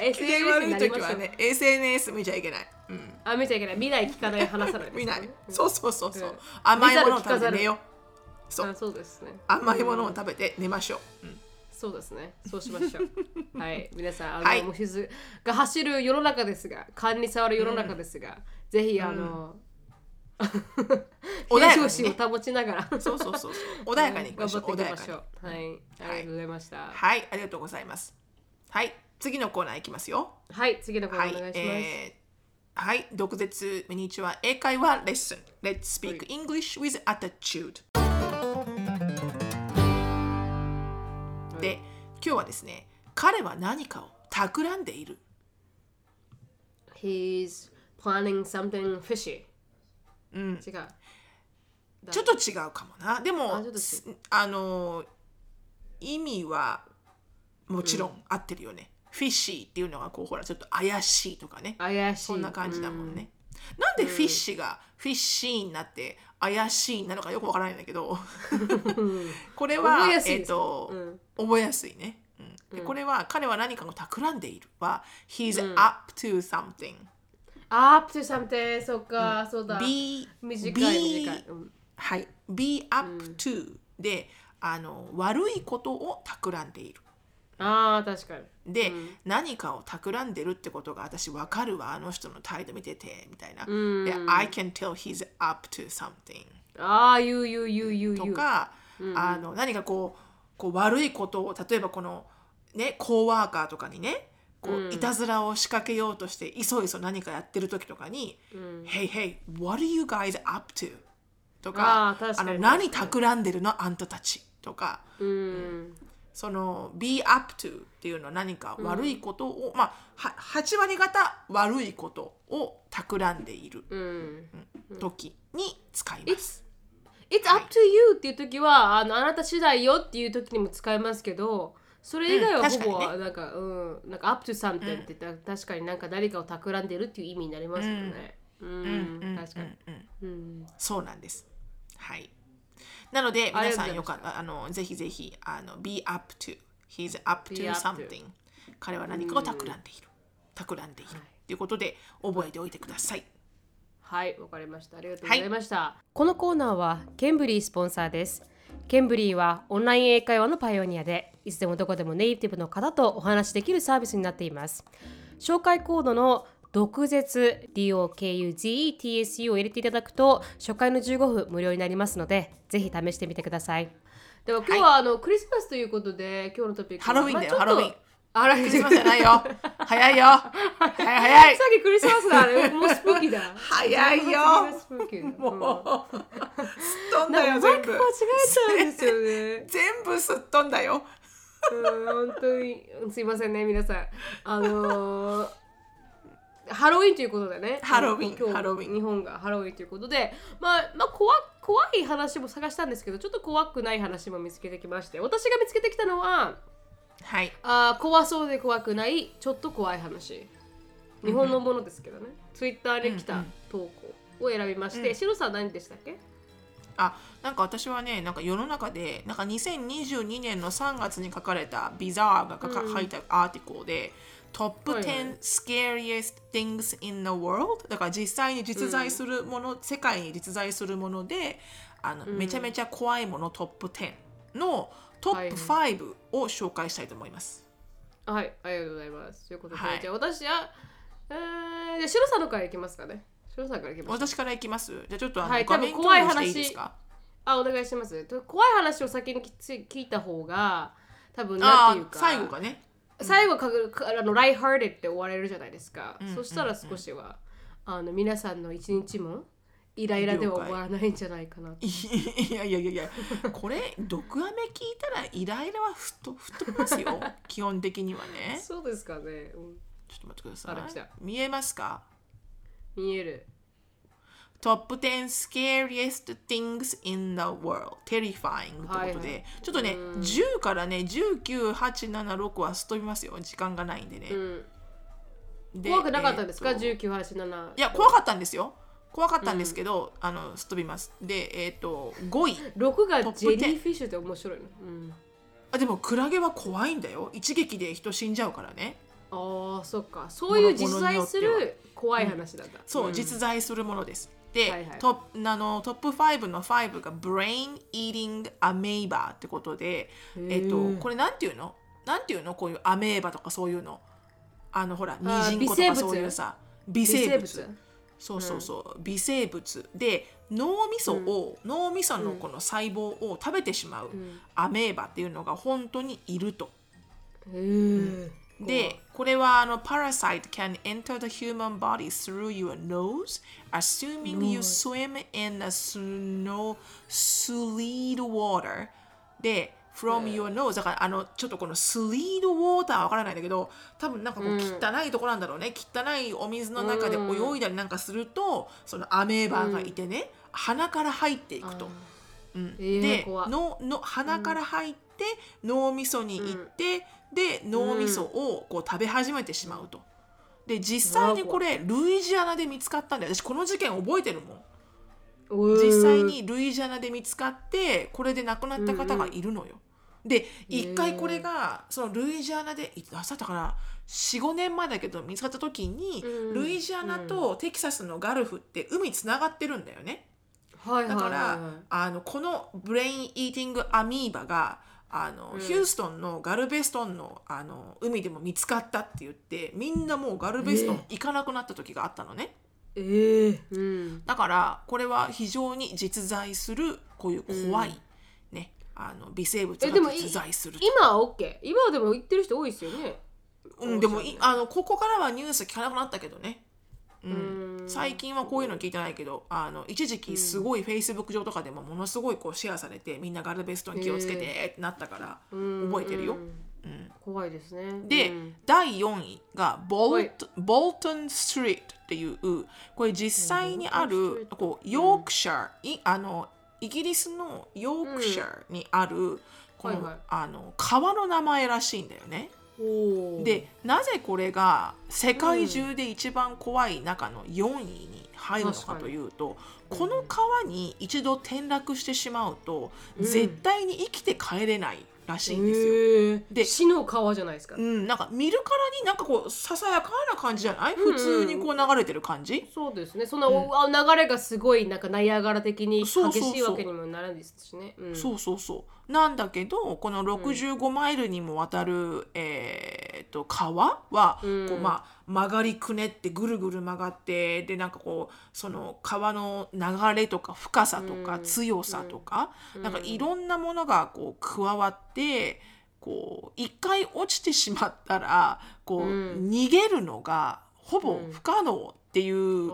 A: え
B: 機嫌
A: SNS
B: 悪
A: にな
B: い
A: りま
B: 時
A: しょ
B: は
A: う、
B: ね SNS 見ちゃいけないうん
A: あ見ちゃいけない見ない聞かない話さないですね
B: 見ないそうそうそうそううん甘いものを食べて寝よそう
A: あそうですね
B: う甘いものを食べて寝ましょううん
A: そうですね。そうしましょ う。はい、皆さん、あの、
B: はい
A: 虫ずが走る世の中ですが、勘に触る世の中ですが、ぜひあの、
B: 穏や
A: 平
B: かにね
A: 常心を保ちながら
B: そ うそうそうそう穏やかにいきま
A: 頑
B: し
A: 張
B: ょ
A: っ
B: う
A: ていき
B: 穏
A: ま
B: やか
A: し
B: に
A: ょう。はい、ありがとうございました。
B: はいありがとうございますはい次のコーナーいきますよ。
A: はい次のコーナ
B: はい
A: ーお願いします、
B: えーはい、毒舌ミニチュア英会話レッスン。Let's speak English with attitude、で、今日はですね、彼は何かを企んでいる。
A: He's planning something fishy、
B: うん
A: 違う
B: ちょっと違うかもな。でも、
A: あちょっと違う
B: すあの、意味はもちろん合ってるよね。フィッシーっていうのがこう、ほら、ちょっと怪しいとかね。
A: 怪しい
B: そんな感じだもんね。なんでフィッシーがフィッシーになって怪しいなのかよくわからないんだけ どこれは
A: 覚えやすい
B: え
A: で
B: っ
A: すね
B: と、覚えやすいね、うんでこれは彼は何かを企んでいるは he's up to something、
A: up to something そっか、そうだ
B: be
A: 短
B: be-
A: い短い、うん
B: はい be up to、であの悪いことを企んでいる
A: あー確かに
B: で、何かを企んでるってことが私わかるわあの人の態度見ててみたいな、で I can tell he's up to something
A: ああ言う言う言う言う言
B: と
A: う
B: か、あの何かこうこう悪いことを例えばこのねコーワーカーとかにねこう、いたずらを仕掛けようとしていそいそ何かやってる時とかに「Hey hey what are you guys up to?」と
A: あ
B: か
A: ー確かに
B: の何企んでるのあんたたち」とか。
A: うん
B: その be up to っていうのは何か悪いことを、まあは8割方悪いことを企んでいる
A: うん
B: 時に使います。
A: It's up to you っていう時はあのあなた次第よっていう時にも使えますけどそれ以外
B: うん
A: はほ
B: 確かにね
A: ぼはなんか,、うんなんか up to something って言ったら、確かになんか誰かを企んでるっていう意味になりますよね。うん、確かに。うん、
B: そうなんです。はい。なので、
A: ありが
B: 皆さ
A: と
B: ん
A: うご
B: よ
A: ざ
B: か
A: い
B: った、あの、ぜひぜひ、あの、be up to。He's up
A: Be
B: to
A: up to
B: something. 彼は何かを企んでいる。企んでいる。と、い、うことで、覚えておいてください。
A: はい、わかりました。ありがとうございました。このコーナーはケンブリースポンサーです。ケンブリーはオンライン英会話のパイオニアで、いつでもどこでもネイティブの方とお話しできるサービスになっています。紹介コードの独舌 DOKUZETSU を入れていただくと、初回の15分無料になりますので、ぜひ試してみてください。では今日は、あのクリスマスということで、今日のトピックは
B: ハロウィンだよ
A: まあちょっと
B: ハロウィン
A: あら、
B: ク
A: ク
B: リ
A: リ
B: ス
A: ス
B: マ
A: マスじゃ
B: スじゃな
A: ないい
B: よ
A: よ。。
B: 早いよ。早い早い
A: さ。っきクリスマスだ、ね、もうスプーキーだ。
B: 早いよ。
A: スプーキー だ。うん
B: もう、すっ飛んだ
A: なん
B: よ、
A: かマイ
B: 全
A: ク
B: 部。
A: 間違。えちゃうんですよね
B: 全部すっ飛んだよ。
A: うん、本当にすいませんね皆さん。あのーハロウィンということでね。
B: ハロウィン
A: 今日
B: ハロウィン
A: 日本がハロウィンということで、まあまあ怖怖い話も探したんですけど、ちょっと怖くない話も見つけてきまして、私が見つけてきたのは。
B: はい。
A: あー怖そうで怖くないちょっと怖い話日本のものですけどね、ツイッターに来た投稿を選びまして、シロさん何でしたっけ
B: あなんか私はねなんか世の中でなんか2022年の3月に書かれた「ビザーがかか、書いたアーティコーで「トップ
A: はいはい
B: 10 scariest things in the world」だから実際に実在するもの、世界に実在するものであの、めちゃめちゃ怖いものトップ10のトップ5を紹介したいと思います。
A: はいありがとうございますということで、
B: はい
A: じゃあ私はえー、じゃあシロさんのからいきますかねシロさんからいきます
B: 私からいきます。じゃあちょっとあの、
A: はい
B: 画面
A: 多分怖い
B: 共有していい
A: 話
B: ですか
A: あお願いしますと怖い話を先にきつい聞いた方が多分なん
B: あ
A: ていう
B: ー
A: か
B: 最後がね。
A: 最後かぐかあのライハーデって終われるじゃないですか、そしたら少しは、あの皆さんの一日もイライラでは終わらないんじゃないかなと
B: いやいやいやいやこれ毒アメ聞いたらイライラはふと吹っ飛びま すよ基本的にはね
A: そうですかね、うん
B: ちょっと待ってくだ
A: あら来
B: さい
A: た
B: 見えますか
A: 見える
B: トップ10 scariest things in the world terrifying と
A: はいいう
B: ことで、
A: はい
B: ちょっとね10からね19876はすっ飛びますよ時間がないんでね、
A: ん
B: で
A: 怖くなかったんですか、
B: えーと
A: 1987
B: いや怖かったんですよ怖かったんですけど、あのすっ飛びますでえっ、と5位
A: 6
B: トッ
A: が
B: プ
A: ジェリ
B: 10
A: ーフィッシュって面白いの、うん、
B: あでもクラゲは怖いんだよ一撃で人死んじゃうからね
A: ああそっかそういう実在す
B: ものによ
A: る怖い話なんだ、
B: そう、
A: ん
B: 実在するものです。で、
A: はいはい
B: トップあのトップ5の5が Brain Eating Amoeba ってことで、えっと、これなんていうのなんていうのこういうアメーバとかそういうの。あのほら、ニ
A: ー
B: ジンコとかそういうさ、微
A: 微
B: 生
A: 生
B: 物。
A: 物
B: そうそうそう、微生物で脳みそを、脳みそのこの細胞を食べてしまうアメーバっていうのが本当にいると。
A: へえ
B: で、これはあの parasite can enter the human body through your nose, assuming you swim in a snow sleet water. で、from your nose だからあのちょっとこの sleet water わからないんだけど、多分なんかこう汚いところなんだろうね。汚いお水の中で泳いだりなんかすると、そのアメーバがいてね、鼻から入っていくと。うん、
A: えー
B: で
A: 怖っ
B: のの鼻から入って、脳みそに行って、で脳みそをこう食べ始めてしまうと。で実際にこれルイジアナで見つかったんだよ私この事件覚えてるもん実際にルイジアナで見つかってこれで亡くなった方がいるのよ。で一回これがそのルイジアナでいつだったかな45年前だけど見つかった時に、
A: うん
B: ルイジアナとテキサスのガルフって海つながってるんだよね。
A: はいはい
B: だ
A: はいは
B: か
A: い
B: ら、あのこのブレインイーティングアミーバがあの、
A: うん
B: ヒューストンのガルベストンのあの海でも見つかったって言ってみんなもうガルベストン行かなくなった時があったのね、
A: えーうん
B: だからこれは非常に実在するこういう怖い、ねあの微生物
A: えでも
B: が
A: い
B: 実在する
A: 今は OK 今はでも言ってる人多いですよね
B: うん、でもいあのここからはニュース聞かなくなったけどね、う
A: うー
B: ん、
A: ん
B: 最近はこういうの聞いてないけどあの一時期すごいフェイスブック上とかでもものすごいこうシェアされてみんなガルベストに気をつけてってなったから、
A: うん
B: 覚えてるよ
A: うん
B: うん、
A: 怖いですね
B: で、
A: うん
B: 第4位がボ
A: は
B: ル
A: い
B: トボルトン・ストリートっていうこれ実際にあ
A: ボルトンストリ
B: る
A: ート
B: こうヨークシャーいあのイギリスのヨークシャーにあるこの、
A: はいはい
B: あの川の名前らしいんだよね。
A: おー
B: でなぜこれが世界中で一番怖い中の4位に入るのかというと、
A: 確
B: こ
A: かに
B: の川に一度転落してしまうと、
A: うん
B: 絶対に生きて帰れないらしいんですよ。
A: へー
B: で
A: 死の川じゃないですか
B: うん、なんか見るからになんかこうささやかな感じじゃない普通にこう流れてる感じ、
A: そうですねそんな、あ流れがすごいなんかナイアガラ的に激
B: そうそうそう
A: しいわけにもならないですしねうん
B: そうそうそうなんだけどこの65マイルにもわたる、えー、と川は、
A: うん
B: こうまあ、曲がりくねってぐるぐる曲がってでなんかこうその川の流れとか深さとか
A: うん
B: 強さとか、
A: う
B: なんかいろんなものがこう加わってこう一回落ちてしまったらこう、
A: うん
B: 逃げるのがほぼ
A: うん
B: 不可能っていう。
A: あ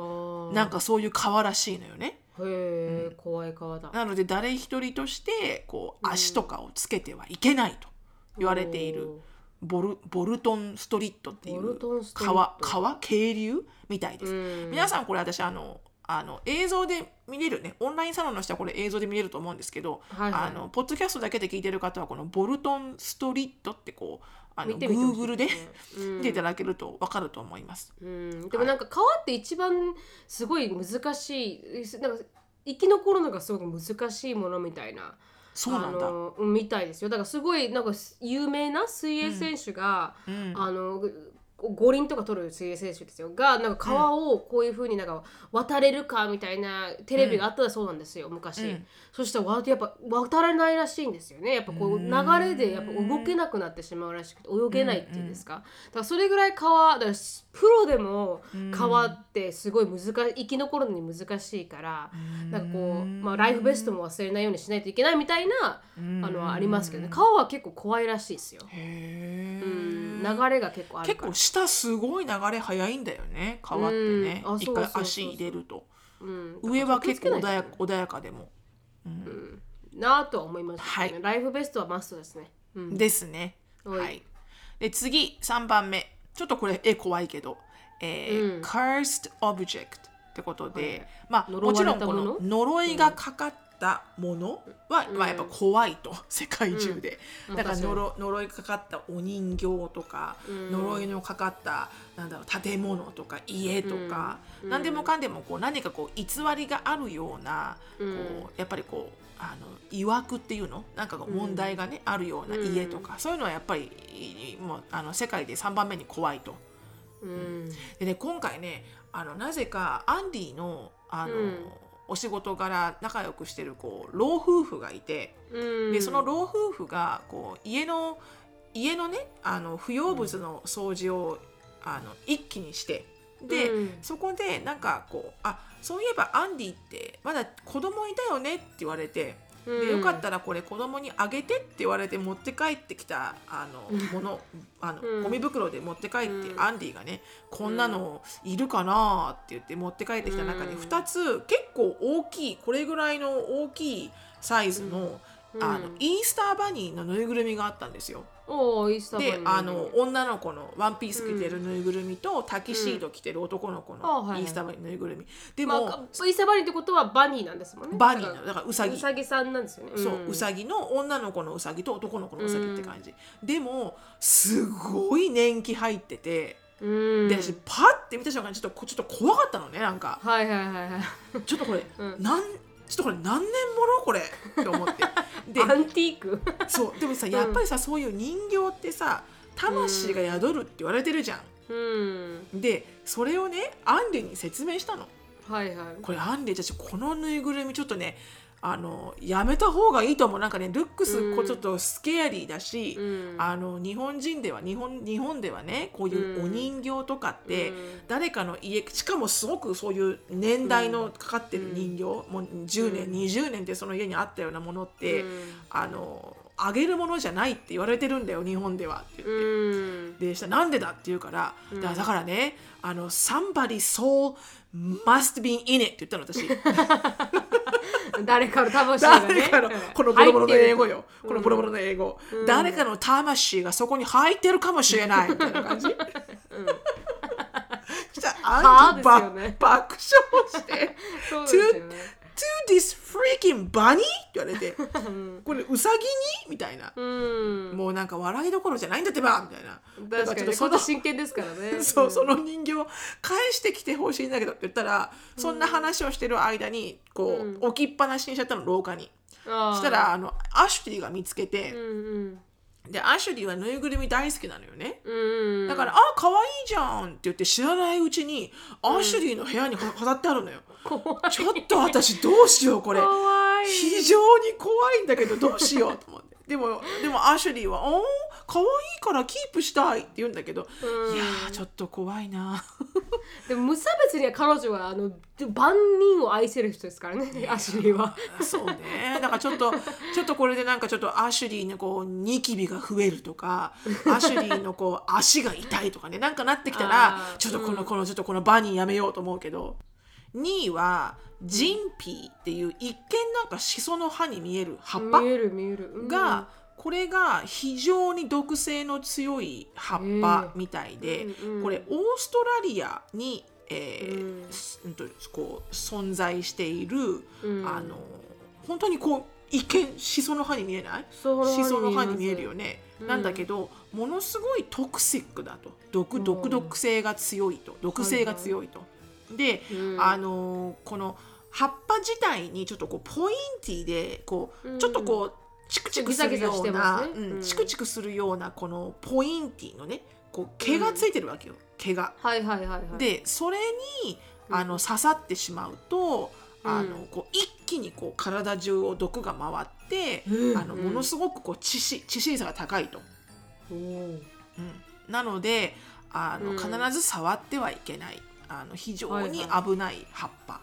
A: ー
B: なんかそういう川らしいのよね。
A: へえ怖い川だ
B: なので誰一人としてこう
A: うん
B: 足とかをつけてはいけないと言われているボルボルトンストリートってい
A: ボル
B: う
A: トンストリー
B: 川
A: ト
B: 川渓流みたいです。皆
A: ん
B: さんこれ私あのあの映像で見れるねオンラインサロンの人はこれ映像で見れると思うんですけど、
A: はいはい
B: あのポッドキャストだけで聞いてる方はこのボルトンストリートってこうあの
A: 見てみてほしい
B: Google で
A: う
B: 見
A: ん
B: ていただけると分かると思います。
A: うんでもなんか川って一番すごい難しいなんか生き残るのがすごく難しいものみたいな
B: そうなんだ。
A: あのうんみたいですよだからすごいなんか有名な水泳選手が、
B: うん
A: あの五輪とか取る水泳選手ですよがなんか川をこういうふうになんか渡れるかみたいなテレビがあったそうなんですよ、昔、
B: うん
A: そしたらわやっぱ渡れないらしいんですよねやっぱこ
B: う
A: う流
B: ーん
A: れでやっぱ動けなくなってしまうらしくて泳げないっていうんですか、だからそれぐらい川だからプロでも川ってすごい難しい生き残るのに難しいから、なんかこう、まあ、ライフベストも忘れないようにしないといけないみたいな
B: うん
A: あのありますけどね川は結構怖いらしいですよ。
B: へ
A: う
B: ー
A: ん、流れが結構ある
B: 結
A: から
B: 構下すごい流れ早いんだよね川ってね
A: うんあ
B: 一
A: そうそう
B: 回
A: そうそう
B: 足入れると
A: うん、
B: 上は結構
A: 気をつけ
B: 穏
A: ない
B: や
A: とね
B: 穏やかでも、うん
A: なぁとは思いました、ね
B: は
A: ライフベストはマストですね。うん、
B: ですね
A: はい
B: はいで次3番目ちょっとこれ絵怖いけど、えー
A: うん
B: cursed object ってことで、
A: はい
B: まあ
A: 呪
B: もち
A: わ
B: ろ
A: れ
B: ん
A: た
B: こ
A: もの
B: の呪いがかかったものは、
A: うん
B: まあ、やっぱ怖いと 世界中で、
A: うん
B: だか
A: まあ確か
B: ら
A: に
B: 呪呪いかかったお人形とか、
A: うん
B: 呪いのかかったなんだろう建物とか家とか、
A: うん
B: 何でもかんでもこう何かこう偽りがあるような、
A: うん
B: こうやっぱりこうあのいわくっていうのなんかこう問題がね、あるような家とか、そういうのはやっぱりいもうあの世界で3番目に怖いと。
A: うん
B: でね今回ねあのなぜかアンディのあの、
A: うん
B: お仕事柄仲良くしてるこう老夫婦がいて、
A: うん、
B: でその老夫婦がこう家の家のねあの不要物の掃除を、あの一気にしてで、
A: うん
B: そこでなんかこう「あそういえばアンディってまだ子供いたよね」って言われて「
A: うん
B: でよかったらこれ子供にあげてって言われて持って帰ってきたあの ものあの、
A: うん
B: ゴミ袋で持って帰って、
A: うん
B: アンディがねこんなのいるかなって言って持って帰ってきた中に
A: うん
B: 2つ結構大きいこれぐらいの大きいサイズの,、
A: うん
B: あのイースターバニーのぬいぐるみがあったんですよ。
A: おーイースターバ
B: で
A: ニー
B: あの女の子のワンピース着てるぬいぐるみと、タキシード着てる男の子
A: あはい
B: の
A: はい
B: イースターバニーのぬいぐるみ。で
A: まあ
B: も、
A: かイースターバニーってことはバニーなんですもんね
B: バニーなの
A: だか
B: だからウ
A: ら
B: サギ
A: うさぎさんなんですよね
B: そう、うさぎの女の子のうさぎと男の子のうさぎって感じ、でもすごい年季入ってて、
A: ぎうん
B: で私パッて見た瞬間にちょっとこちょっと怖かったのねな んか
A: はいはいはいはい
B: ちょっとこれ、
A: うん
B: なんちょっとこれ何年ものこれって思って で
A: アンティーク
B: そうでもさやっぱりさ、そういう人形ってさ魂が宿るって言われてるじゃん。
A: うん
B: でそれをねアンリに説明したの。
A: はいはい
B: これアンリたちこのぬいぐるみちょっとねあのやめた方がいいと思うなんかねルック
A: う
B: ス
A: ん
B: こうちょっとスケアリーだし、
A: うん
B: あの日本人では日本日本ではねこういうお人形とかって、
A: うん
B: 誰かの家しかもすごくそういう年代のかかってる人形、もう10年、
A: うん
B: 20年ってその家にあったようなものって、
A: うん
B: あのあげるものじゃないって言われてるんだよ日本ではって言って。
A: うん
B: でしたなんでだって言うから、
A: うん
B: だだからねあの「somebody's soul must be in it」って言ったの 私
A: 誰かの魂がね
B: 誰かの
A: うん
B: このボロボロの英語よ
A: うん
B: このボロボロの英語、
A: うん
B: 誰かの魂がそこに入ってるかもしれ ないみたいな感じ
A: うん
B: じゃ
A: は
B: あ
A: あ
B: ん
A: で
B: た
A: すよね
B: ば爆笑して
A: そうですよね
B: 「to this freaking bunny」って言われて
A: うん
B: 「これウサギに?」みたいな、
A: うん
B: もうなんか笑いどころじゃないんだってばみたいなだ
A: 確
B: ら
A: か
B: ちょ
A: に
B: っ
A: ね
B: とそ
A: そ
B: の
A: んな真剣ですからね
B: そう、
A: ん
B: その人形を返してきてほしいんだけどって言ったら、そんな話をしてる間にこう、
A: うん
B: 置きっぱなしにしちゃったの廊下に。
A: あー
B: そしたらあのアシュリーが見つけ
A: うん
B: て、
A: うん
B: でアシュリーはぬいぐるみ大好きなのよね。
A: うんうん
B: だから「あ可愛いじゃん」って言って知らないうちにアシュリーの部屋にか飾ってあるのよ。
A: 怖い
B: ちょっと私どうしようこれ
A: 怖い
B: 非常に怖いんだけどどうしようと思って。でもでもアシュリーは「おー可愛いからキープしたい」って言うんだけど、
A: うん
B: いやーちょっと怖いな。
A: でも無差別には彼女はあの万人を愛せる人ですからねアシュリーは
B: そうね。だからちょっと、ちょっとこれでなんかちょっとアシュリーのこう、ニキビが増えるとか、アシュリーのこう、足が痛いとかね、なんかなってきたら
A: あー、
B: ちょっとこ
A: う
B: の、
A: ん
B: この、ちょっとこのバニーやめようと思うけど、2位は、ジンピーっていう一見なんかシソの葉に見える葉っぱ
A: 見える見える、うん
B: が、これが非常に毒性の強い葉っぱみたいで、
A: うんうん
B: これオーストラリアに、えー
A: うん
B: すうんとこう存在している、
A: うん
B: あの本当にこう一見シソの葉に見えない
A: そ
B: シソの葉に見えるよ
A: ね
B: ね、
A: うん
B: なんだけどものすごいトクシックだと毒
A: う
B: 毒
A: ん
B: 毒性が強いと毒性が強いと。で、あのこの葉っぱ自体にちょっとこうポインティでこう、
A: うん
B: ちょっとこうチクチクするよ
A: ギザギザし
B: う
A: て
B: な、
A: ますね
B: うん
A: うん
B: チクチクするようなこのポインティのねこう毛がついてるわけよ、毛が。
A: はいはいはいはい
B: でそれに
A: うん
B: あの刺さってしまうと、
A: うん
B: あのこう一気にこう体中を毒が回って、
A: うん
B: あのものすごくこう致死致死率が高いと。
A: おー
B: うんなのであの、
A: うん
B: 必ず触ってはいけないあの非常に
A: はい
B: 危ない葉っぱ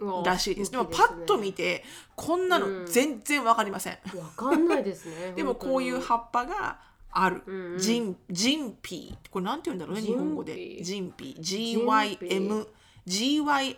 A: うわ
B: らしいです。でも
A: 大き
B: パッと見
A: ね
B: てこんな
A: う
B: の
A: ん
B: 全然わかりません。
A: わかんないですね
B: でもこういう
A: 本
B: 葉っぱがある。
A: 当にうんうん
B: ジンジンピーこれなんて言うんだろうね
A: ジン
B: 日
A: ピー
B: 本語でジンピー
A: ジン
B: GYM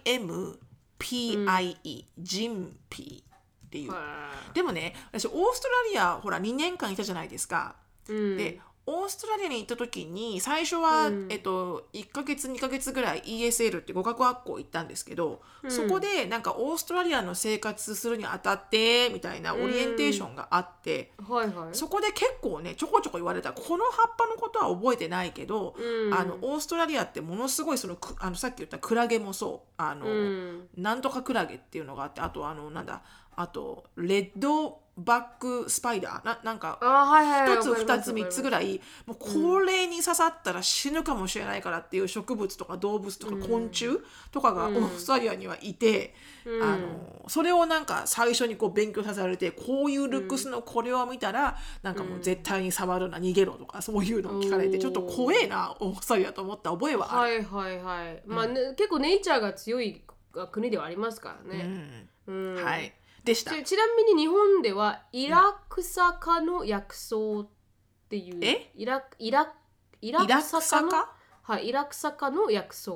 B: GYMPIE ジンピーっていう
A: は
B: でもね私オーストラリアほら2年間いたじゃないですか
A: いうん
B: でオーストラリアに行った時に最初は、
A: うん
B: えっと、1ヶ月2ヶ月ぐらい ESL って語学学校行ったんですけど、
A: うん
B: そこでなんかオーストラリアの生活するにあたってみたいなオリエンテーションがあって、
A: はいはい
B: そこで結構ねちょこちょこ言われたこの葉っぱのことは覚えてないけど、
A: うん
B: あのオーストラリアってものすごいそのくあのさっき言ったクラゲもそうあの、
A: うん
B: なんとかクラゲっていうのがあってあとあのなんだあとレッドバックスパイダーななんか
A: あはいはいはい
B: 一つ
A: わかりま
B: 二
A: す
B: つ三つぐ
A: わから
B: いもうこれに刺さったら死ぬかもしれないからっていう植物とか動物とか
A: うん
B: 昆虫とかがオ
A: うん
B: ーストラリアにはいて、
A: ります
B: あのそれをなんか最初にこう勉強させられてこういうルックスのこれを見たらなんかもう絶対に触るな逃げろとかそういうのを聞かれ
A: お
B: て
A: ー
B: ちょっと怖えなオーストラリアと思った覚え
A: うん
B: はある。
A: はいはいはいまあね結構ネイチャーが強い国ではありますから
B: う
A: ね
B: ん
A: うん
B: はいでした
A: ちちなみに日本ではイラクサ科の薬草っていう
B: え
A: イライライ
B: イ
A: ラ
B: ラ
A: ク
B: ク
A: サ
B: サ
A: 科の
B: か
A: はいイラクサ科の薬草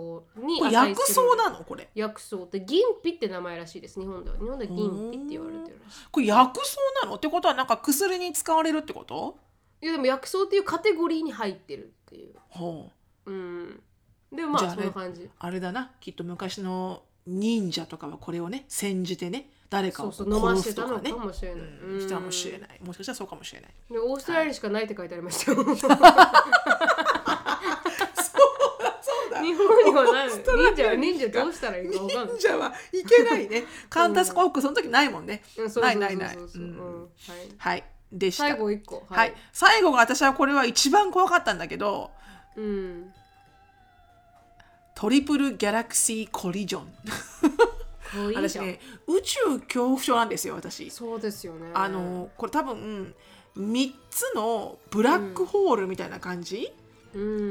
A: に
B: こ
A: 値
B: れ薬
A: す
B: 草
A: る
B: なのこれ
A: 薬草って銀皮って名前らしいです日本では日本では銀皮って言われてるらしい
B: これ薬草なのってことはなんか薬に使われるってこと
A: いやでも薬草っていうカテゴリーに入ってるっていう
B: ほう
A: うんでもま
B: じゃ
A: あ
B: あ
A: そんな感じ
B: あれだなきっと昔の忍者とかはこれをね煎じてね誰
A: そ
B: かを
A: う
B: 殺
A: そう飲まして
B: すと
A: たの
B: かね
A: かもしれない、
B: うんしたかもしれないもしかしたらそうかもしれない
A: でオーストラリアにしかないって書いてありましたよ
B: そう だ
A: 日本にはない
B: オーストラ
A: 忍
B: リ
A: 者
B: アに
A: 忍者
B: しか
A: どうしたらいいか分かんない
B: 忍者はいけないね カンタスコークその時ないもんね
A: うんそうそうそうそう
B: ないないない
A: そう
B: うん
A: うんはい
B: はいでした
A: 最後一個
B: はい、最後が私はこれは一番怖かったんだけど
A: うん
B: トリプルギャラクシーコリジョン
A: もういい
B: 私
A: じゃん
B: ね宇宙恐怖症なんですよ私
A: そうですよね
B: あのこれ多分3つのブラックホールみたいな感じ、
A: うん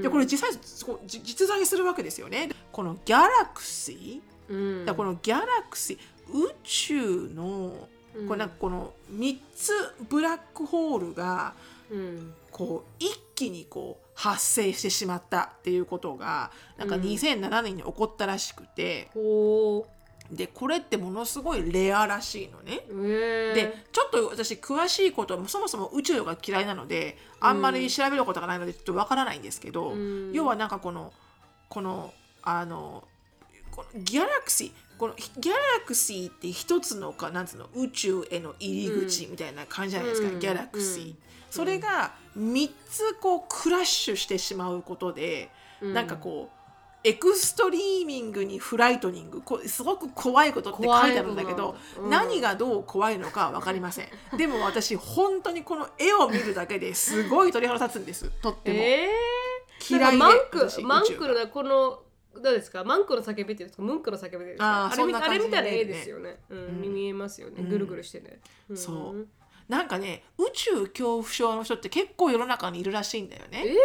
B: でこれ実際そうじ実在するわけですよねこのギャラクシ
A: うん
B: ー、だからこのギャラクシー宇宙の
A: うん
B: これなんかこの3つブラックホールが
A: うん
B: こう一気にこう発生してしまったっていうことがなんか
A: うん
B: 2007年に起こったらしくて、
A: ほ
B: でこれってものすごいレアらしいのね。
A: うえ
B: でちょっと私詳しいことはそもそも宇宙が嫌いなのであんまり調べることがないのでちょっとわからないんですけど、
A: うん
B: 要はなんかこのこのあのこのギャラクシーこのギャラクシーって一つのかなんつうの宇宙への入り口みたいな感じじゃないですか、
A: うん
B: ギャラクシー、
A: うん
B: それが3つこうクラッシュしてしまうことで、
A: うん
B: なんかこうエクストリーミングにフライトニングこうすごく怖いことって書いてあるんだけ
A: 怖い
B: ど
A: ことなんだうん
B: 何がどう怖いのか分かりませんでも私本当にこの絵を見るだけですごい鳥肌立つ んですとっても、
A: えー、
B: 嫌いで
A: なんか
B: 私宇宙が
A: マンクマンクのなこの何ですかマンクの叫びっていうんですかムンクの叫びっていうんですか
B: あー
A: れ
B: そん
A: み
B: な
A: あ
B: 感じ
A: れ
B: に
A: みたいな
B: 見え
A: 絵
B: るね
A: ですよね、うん
B: うん
A: 見えますよね
B: うん
A: ぐるぐるしてね、ん
B: そうなんかね宇宙恐怖症の人って結構世の中にいるらしいんだよ
A: え
B: ね。
A: え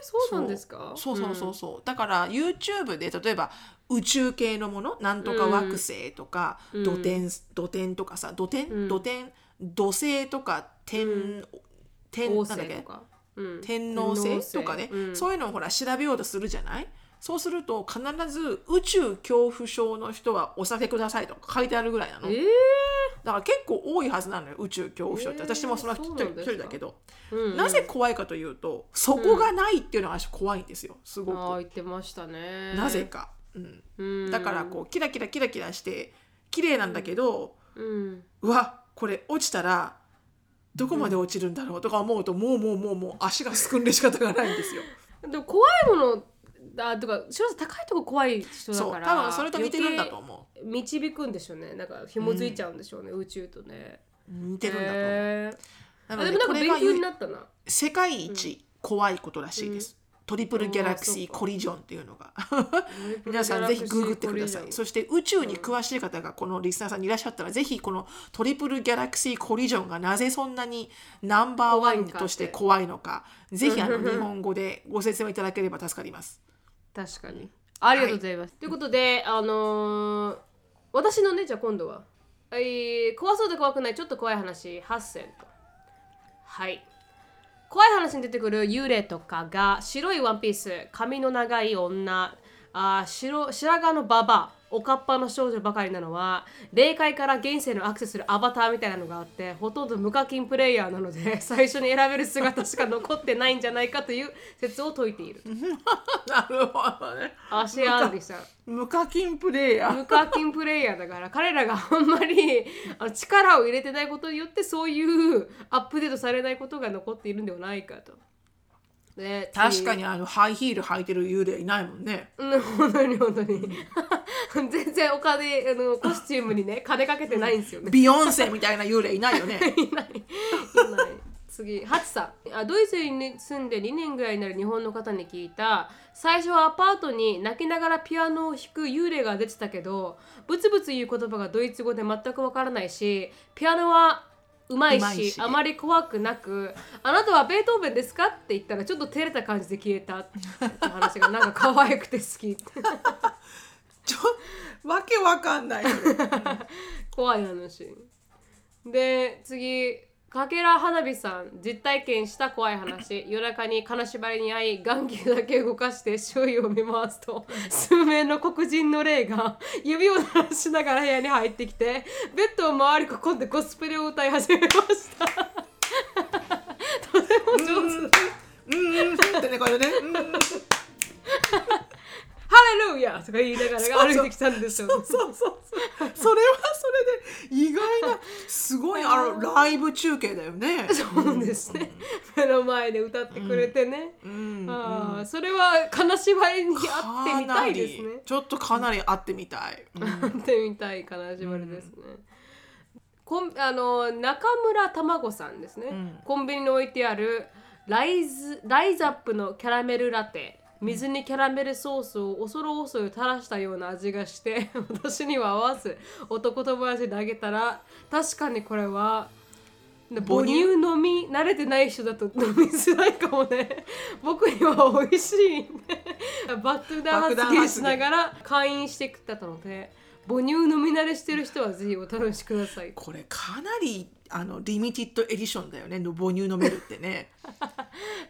A: そうなんですか
B: そうそうそうそう、だから YouTube で例えば宇宙系のものなんとか惑星とか、
A: うん
B: 土天土天とかさ土天、
A: うん
B: 土天土星とか天、
A: うん
B: 天
A: 王
B: なんだっ
A: 星と
B: け
A: か、うん
B: 天王星とかね、そ
A: い
B: う
A: う
B: いうのをほら調べようとするじゃないそうすると必ず宇宙恐怖症の人はお酒くださいとか書いてあるぐらいなの
A: んえ
B: だから結構多いはずなのよ宇宙恐怖症って、
A: えー
B: 私もその一
A: そうな
B: 人
A: ん
B: 一
A: ですか
B: 人だけど、
A: ーうん
B: なぜ怖いかというとそこがないっていうのが私怖いんですよすご
A: ああ
B: く、
A: 言ってましたね
B: なぜ、か、うん、
A: うん、
B: だからこうキラキラキラキラして綺麗なんだけど、
A: う、うん、
B: うわこれ落ちたらどこまで落ちるんだろうとか思うと、もうもうもうもう足がすくんで仕方がないんです よ。
A: でも怖いものだとか白さん高いとこ怖い人だ
B: そう
A: から
B: 多分それと似てるんだと
A: 余
B: 思
A: 計導くんでしょうねなんか紐づいちゃうんでしょうね、宇宙とね
B: う似てるんだと思う、
A: へーあ
B: なの
A: で
B: で
A: もなんか
B: これ
A: 勉
B: が
A: 強になったな
B: 世界一怖いことらしいです、トリプルギャラクシ
A: あー
B: ー
A: そっか
B: コリジョンっていうのが皆さんぜひググってくださいそ
A: し
B: して宇宙に詳しい方がこのリスナーさんにいらっしゃったら、ぜひこのトリプルギャラクシーコリジョンがなぜそんなにナンバーワンとして怖いのかぜひあの日本語でご説明いただければ助かります
A: 確かにありがとうございます、ということであのー私のねじゃあ今度は、えー怖そうで怖くないちょっと怖い話8選とはい怖い話に出てくる幽霊とかが白いワンピース髪の長い女あー白白髪のババアおかっぱの少女ばかりなのは霊界から現世のアクセスするアバターみたいなのがあってほとんど無課金プレイヤーなので 最初に選べる姿しか残ってないんじゃないかという説を解いている
B: なるほどね
A: アシェアンディさん
B: 無課金プレイヤー
A: 無課金プレイヤーだから彼らがあんま りあの力を入れてないことによってそういうアップデートされないことが残っているんではないかと。ね、
B: 確か
A: に。
B: にあのハイヒール履いてる幽霊いないもんね
A: うん、本当に本当に 全然お金あのコスチュームにね金かけてないんですよね。
B: ビヨンセみたいな幽霊いないよ ね
A: いないいない次ハチさんあドイツに住んで2年ぐらいになる日本の方に聞いた最初はアパートに泣きながらピアノを弾く幽霊が出てたけどブツブツ言う言葉がドイツ語で全くわからないしピアノはうまいう
B: まい
A: し
B: し
A: あまり怖くなく「あなたはベートーベンですか?」って言ったらちょっと照れた感じで消えたって話がなんか可愛くて好き
B: ちょわけわかんない
A: 怖い話で次かけら花火さん実体験した怖い話夜中に金縛りに遭い眼球だけ動かして周囲を見回す と数名の黒人の霊が指を鳴らしながら部屋に入ってきてベッドを回り込んでコスプレを歌い始めましたとても上手
B: うんうんってねこれねうん
A: ハレルヤとか言いながら
B: そうそう
A: 歩いてきたんですよ。
B: そうそうそうそうそれはそれで意外なすごいあのライブ中継だよ ね
A: そうですね。目の前で歌ってくれてね。
B: うん
A: ああ、それは金縛りに会ってみたいです
B: かな
A: ね
B: り。ちょっとかなり会ってみたい、
A: 会ってみたい金縛りですね。こんあの中村卵さんですね、
B: ん
A: コンビニに置いてあるライズライザップのキャラメルラテ水にキャラメルソースを恐る恐る垂らしたような味がして 私には合わず男友達にあげたら確かにこれは母乳飲み慣れてない人だと 飲みづらいかもね僕には美味しい、 ね、バックダウン発言しながら会員してきたので母乳飲み慣れしてる人はぜひお試しください
B: これかなりあのリミティッドエディションだよね母乳飲めるってね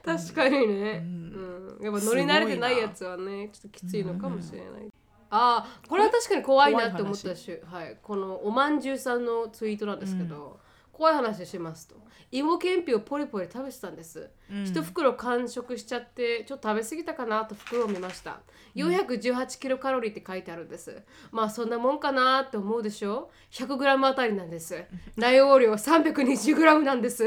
A: 確かにね、う
B: うん
A: やっぱ乗り慣れてないやつはねちょっときついのかもしれない、あーこれは確かに怖いなって思ったし、はい、このおまんじゅうさんのツイートなんですけど、怖い話しますと芋けんぴをポリポリ食べてたんです、一袋完食しちゃってちょっと食べ過ぎたかなと袋を見ました418キロカロリーって書いてあるんですまあそんなもんかなって思うでしょ100グラムあたりなんです内容量320グラムなんです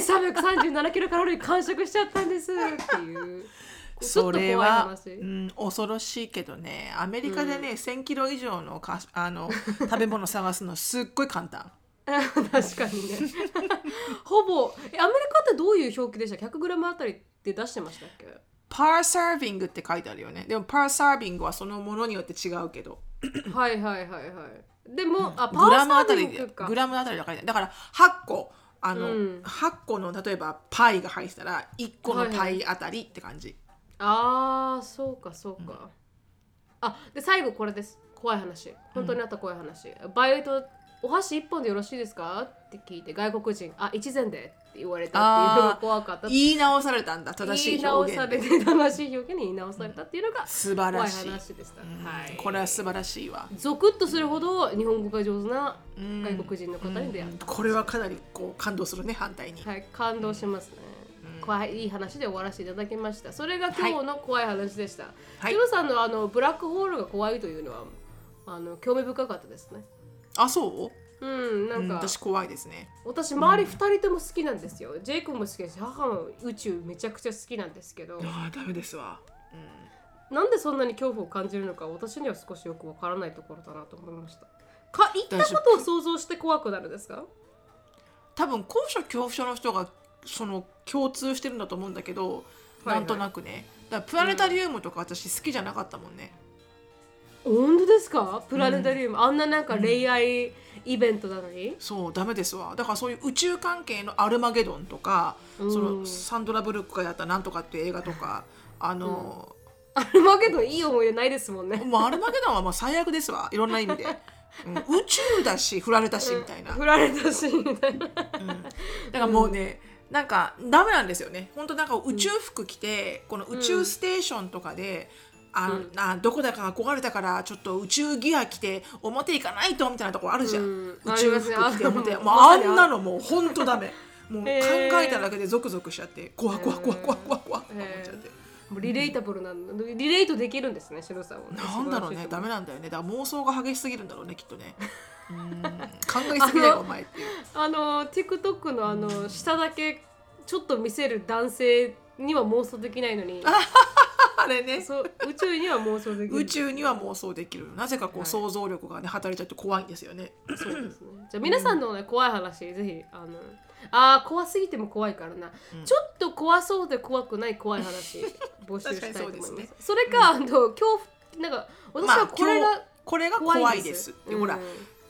A: 1337キロカロリー完食しちゃったんですって いう ちょっ
B: そ
A: と怖い
B: れは
A: 話、
B: うん、恐ろしいけどねアメリカでね、1,000キロ以上のかあの食べ物探すのすっごい簡単
A: 確かにね ほぼえアメリカってどういう表記でした100グラムあたりって出してましたっ け
B: パーサービングって書いてあるよねでもパーサービングはそのものによって違うけど
A: はいはいはいはいでも、あパ
B: グ
A: ー
B: ラ
A: サ
B: ムあた
A: ー
B: り
A: ビ
B: で
A: ングか
B: グラムあたりで書いてあるだから8個あの、
A: うん
B: 8個の例えばパイが入ってたら1個のパイあたりって感じ、
A: ああそうかそうか、あで最後これです怖い話本当にあった怖い話、バイトお箸一本でよろしいですかって聞いて外国人あ一膳でって言われたっていうのが
B: あー
A: 怖かった
B: 言い直されたんだ正し
A: 言い
B: い
A: 直
B: 表
A: さ
B: 現
A: れ
B: で
A: て正しい表現に言い直されたっていうのが
B: 素晴
A: 怖
B: ら
A: い
B: しい
A: 話でした、はい
B: これは素晴らしいわ
A: ゾクッとするほど日本語が上手な
B: うん
A: 外国人の方に出会った、
B: これはかなりこう感動するね反対に、
A: はい、感動しますね、怖いいい話で終わらせていただきましたそれが今日の怖い話でした、
B: はい
A: ヒロさんのあのブラックホールが怖いというのはあの興味深かったですね
B: あそ
A: う
B: う
A: んなん
B: うん
A: か、
B: 私
A: 私
B: 怖いですね
A: 周り2人とも好きなんですよ、ジェイ君も好きだし母も宇宙めちゃくちゃ好きなんですけど
B: ああダメですわ
A: なんでそんなに恐怖を感じるのか私には少しよくわからないところだなと思いましたか行ったことを想像して怖くなるんですか
B: 多分高所恐怖症の人がその共通してるんだと思うんだけど、
A: はいはい
B: なんとなくねだからプラネタリウムとか私好きじゃなかったもんね、
A: 本当ですかプラネタリウム、あんななんか恋愛イベントなのに、
B: そうダメですわだからそういう宇宙関係の「アルマゲドン」とか、
A: うん
B: そのサンドラ・ブルックがやった「なんとか」っていう映画とかあの、
A: アルマゲドンいい思い出ないですもんね
B: もうアルマゲドンはもう最悪ですわいろんな意味で、うん宇宙だし振られたしみたいな、
A: 振られたしみたいな
B: だからもうね、なんかダメなんですよね本当なんか宇宙服着て、この宇宙ステーションとかで、あの
A: うん
B: あどこだか憧れたからちょっと宇宙ギア着て表行かないとみたいなところあるじゃん、
A: うん
B: 宇宙服
A: ありま
B: 着
A: す
B: て
A: ね
B: 表
A: あ
B: もう
A: ま
B: あ
A: さにあ
B: んなのもう本当ダメもう考
A: へー
B: えただけでゾクゾクしちゃって怖怖怖怖怖怖って思っちゃって。
A: もうリレータブルなんだリレートできるんですねシロさんはね
B: なんだろうね
A: 素晴らしいと
B: ダ
A: 思
B: メなんだよねだから妄想が激しすぎるんだろうねきっとねうん考えすぎ
A: あ
B: だよ
A: の
B: お前っていう
A: あの TikTok のあの下だけちょっと見せる男性には妄想できないのに
B: あれね
A: そう宇宙には妄想できる
B: 宇宙には妄想できるなぜか
A: は
B: こ
A: いう
B: 想像力がね働いちゃって怖いんですよね
A: そうですねじゃあ皆さんのね怖い話ぜひあのあー怖すぎても怖いからな、ちょっと怖そうで怖くない怖い 話募集したいと思います
B: 確かにそ
A: そう
B: ですね
A: れか、あの恐怖なんか私
B: まあ
A: はこれ
B: 今日
A: が
B: これが
A: 怖
B: 怖
A: い
B: い
A: で
B: ですす
A: うん
B: ほら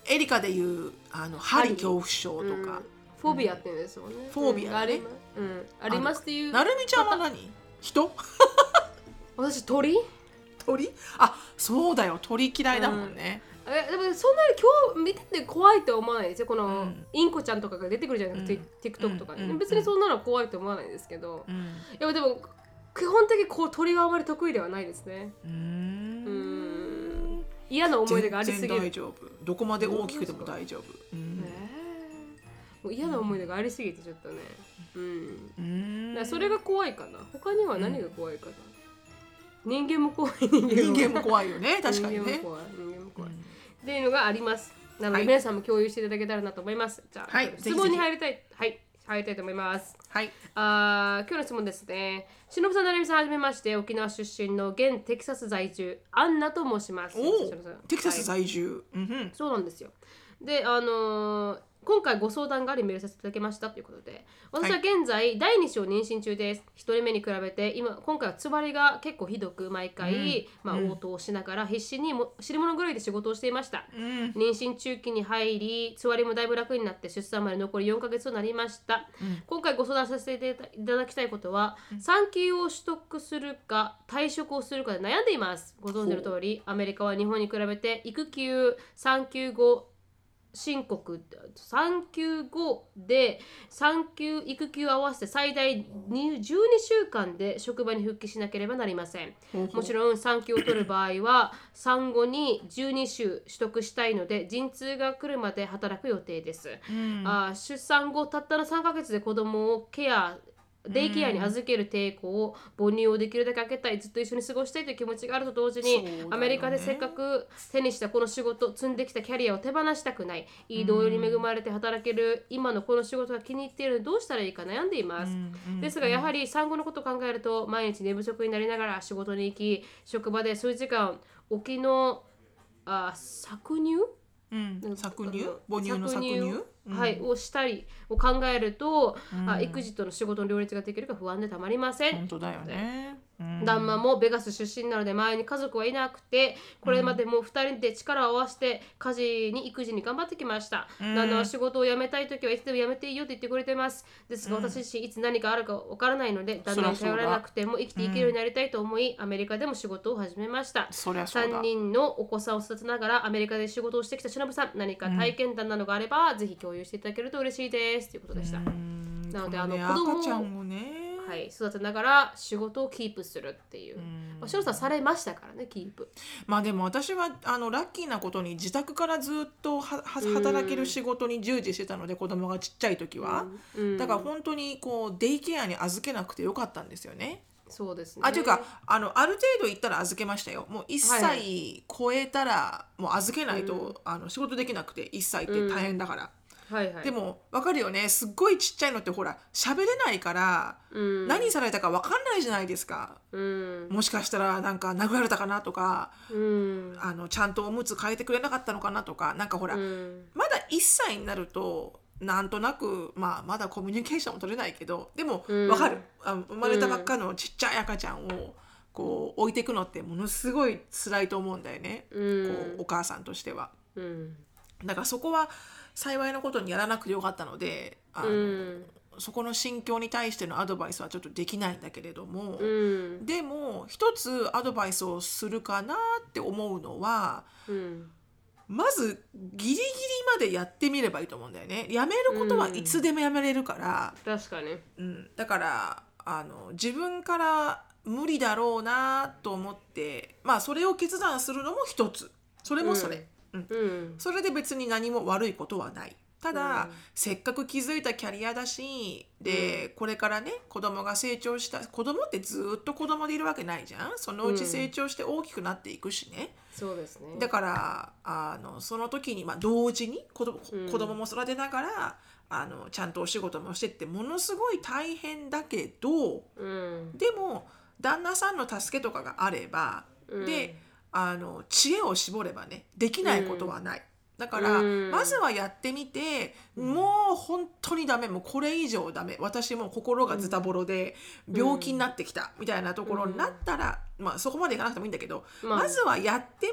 B: エリカでいうあの針恐怖症と
A: うん
B: か、
A: フォビアって言うんですよね、
B: フォビア
A: う
B: ね
A: んありますうん、ありますっていう
B: なるみちゃんは何人
A: 私鳥
B: 鳥あそうだよ鳥嫌いだもんね、
A: えでもそんなに今日見てて怖いとは思わないですよこの、
B: うん
A: インコちゃんとかが出てくるじゃなくて、
B: うん
A: TikTok とかに、
B: うん
A: 別にそんなのは怖いと思わないですけど、
B: うん
A: いやでも基本的にこう鳥はあまり得意ではないですね
B: うーん
A: うーん嫌な思い出がありすぎ
B: 全然
A: る
B: 大、丈夫どこまで大きくても大丈夫うん
A: ねえもう嫌な思い出がありすぎてちょっとねうん
B: う
A: だ
B: ーん
A: からそれが怖いかな他には何が怖いかな、人間も怖い人間
B: 人
A: も
B: 間も怖いよね確かに
A: 人間
B: ね
A: も怖い人間も怖い、
B: うん
A: っていうのがあります。なので、
B: はい
A: 皆さんも共有していただけたらなと思います。じゃあ、
B: はい
A: 質問に入りたい。はい、入りたいと思います。
B: はい
A: あー今日の質問ですね。しのぶさん、なるみさん、はじめまして、沖縄出身の現テキサス在住、アンナと申します。
B: お
A: しのぶさん
B: おテキサ
A: は
B: ス
A: い
B: 在住うんうん
A: そうなんですよ。で、あのー今回ご相談がありメールさせていただきましたということで私は現在、第2子を妊娠中です1人目に比べて今今回はつわりが結構ひどく毎回、
B: うん
A: まあ、
B: うん
A: 応答をしながら必死にも尻物狂いで仕事をしていました
B: うん
A: 妊娠中期に入りつわりもだいぶ楽になって出産まで残り4ヶ月となりました、
B: うん
A: 今回ご相談させていただきたいことは、産休を取得するか退職をするかで悩んでいますご存知の通りアメリカは日本に比べて育休産休後申告産休後で産休育休合わせて最大12週間で職場に復帰しなければなりません
B: ほうほう
A: もちろん産休を取る場合は産後に12週取得したいので陣痛が来るまで働く予定です、
B: うん
A: あー出産後たったの3ヶ月で子供をケアデイケアに預ける抵抗を母乳をできるだけ開けたいずっと一緒に過ごしたいという気持ちがあると同時
B: そう
A: に、
B: だよね
A: アメリカでせっかく手にしたこの仕事積んできたキャリアを手放したくないいい同僚に恵まれて働ける今のこの仕事が気に入っているのでどうしたらいいか悩んでいます、ですがやはり産後のことを考えると毎日寝不足になりながら仕事に行き職場で数時間沖のあ搾乳、
B: うん
A: うん
B: 搾乳
A: あの
B: 母乳の搾乳うん
A: はい、をしたりを考えると、
B: うん
A: あ育児との仕事の両立ができるか不安でたまりません
B: 本。当だよねうん
A: 旦那もベガス出身なので前に家族はいなくてこれまでも2人で力を合わせて家事に育児に頑張ってきました、
B: うん
A: 旦那は仕事を辞めたい時はいつでも辞めていいよと言ってくれてますですが
B: うん
A: 私自身いつ何かあるかわからないので旦那に
B: そりゃ
A: 頼
B: そうだ
A: らなくても生きていけるようになりたいと思いアメリカでも仕事を始めました
B: そりゃそう
A: 3
B: だ
A: 人のお子さんを育てながらアメリカで仕事をしてきたしのぶさん何か体験談などがあれば、ぜひ共有していただけると嬉しいですということでした、
B: うん
A: なので
B: こね
A: あの子供を
B: 赤ちゃんをね
A: はい育てながら仕事をキープするっていう、
B: うん
A: まあ、しのぶさんされましたからねキープ
B: まあでも私はあのラッキーなことに自宅からずっとはは働ける仕事に従事してたので子供がちっちゃい時は、
A: うん
B: だから本当にこうデイケアに預けなくてよかったんですよね。
A: そうですね
B: あというかあのある程度行ったら預けましたよもう1
A: はいは
B: 歳超えたらもう預けないと、
A: うん
B: あの仕事できなくて1歳って大変だから、
A: はいはい
B: で、も分かるよねすっごいちっちゃいのってほら喋れないから、
A: うん、
B: 何されたか分かんないじゃないですか
A: うん
B: もしかしたらなんか殴られたかなとか
A: うん
B: あのちゃんとおむつ変えてくれなかったのかなとかなんかほら、
A: うん
B: まだ1歳になるとなんとなく、まあ、まだコミュニケーションも取れないけどでも
A: うん
B: わかる、あ生まれたばっかのちっちゃい赤ちゃんをこう置いていくのってものすごい辛いと思うんだよね、
A: うん
B: こうお母さんとしては。
A: うん
B: だからそこは幸いなことにやらなくてよかったのであの、
A: うん
B: そこの心境に対してのアドバイスはちょっとできないんだけれども。
A: うん
B: でも一つアドバイスをするかなって思うのは
A: うん
B: まずギリギリまでやってみればいいと思うんだよね。やめることはいつでもやめれるから、
A: 確かに
B: うんだからあの自分から無理だろうなと思ってまあそれを決断するのも一つそれもそれ、うん
A: うん
B: それで別に何も悪いことはない。ただ、
A: うん
B: せっかく築いたキャリアだしで、これからね子供が成長した子供ってずっと子供でいるわけないじゃんそのう
A: う
B: ち
A: ん
B: 成長して大きくなっていくしね、
A: そうですね
B: だからあのその時に、まあ、同時に子供こ
A: うん
B: 子供も育てながら、あのちゃんとお仕事もしてってものすごい大変だけど
A: うん
B: でも旦那さんの助けとかがあれば
A: うん
B: であの知恵を絞ればねできないことはない。だから、
A: うん
B: まずはやってみてもう本当にダメもうこれ以上ダメ私もう心がズタボロで
A: ん
B: 病気になってきたみたいなところになったら、まあ、そこまでいかなくてもいいんだけど、
A: まあ
B: まずはやって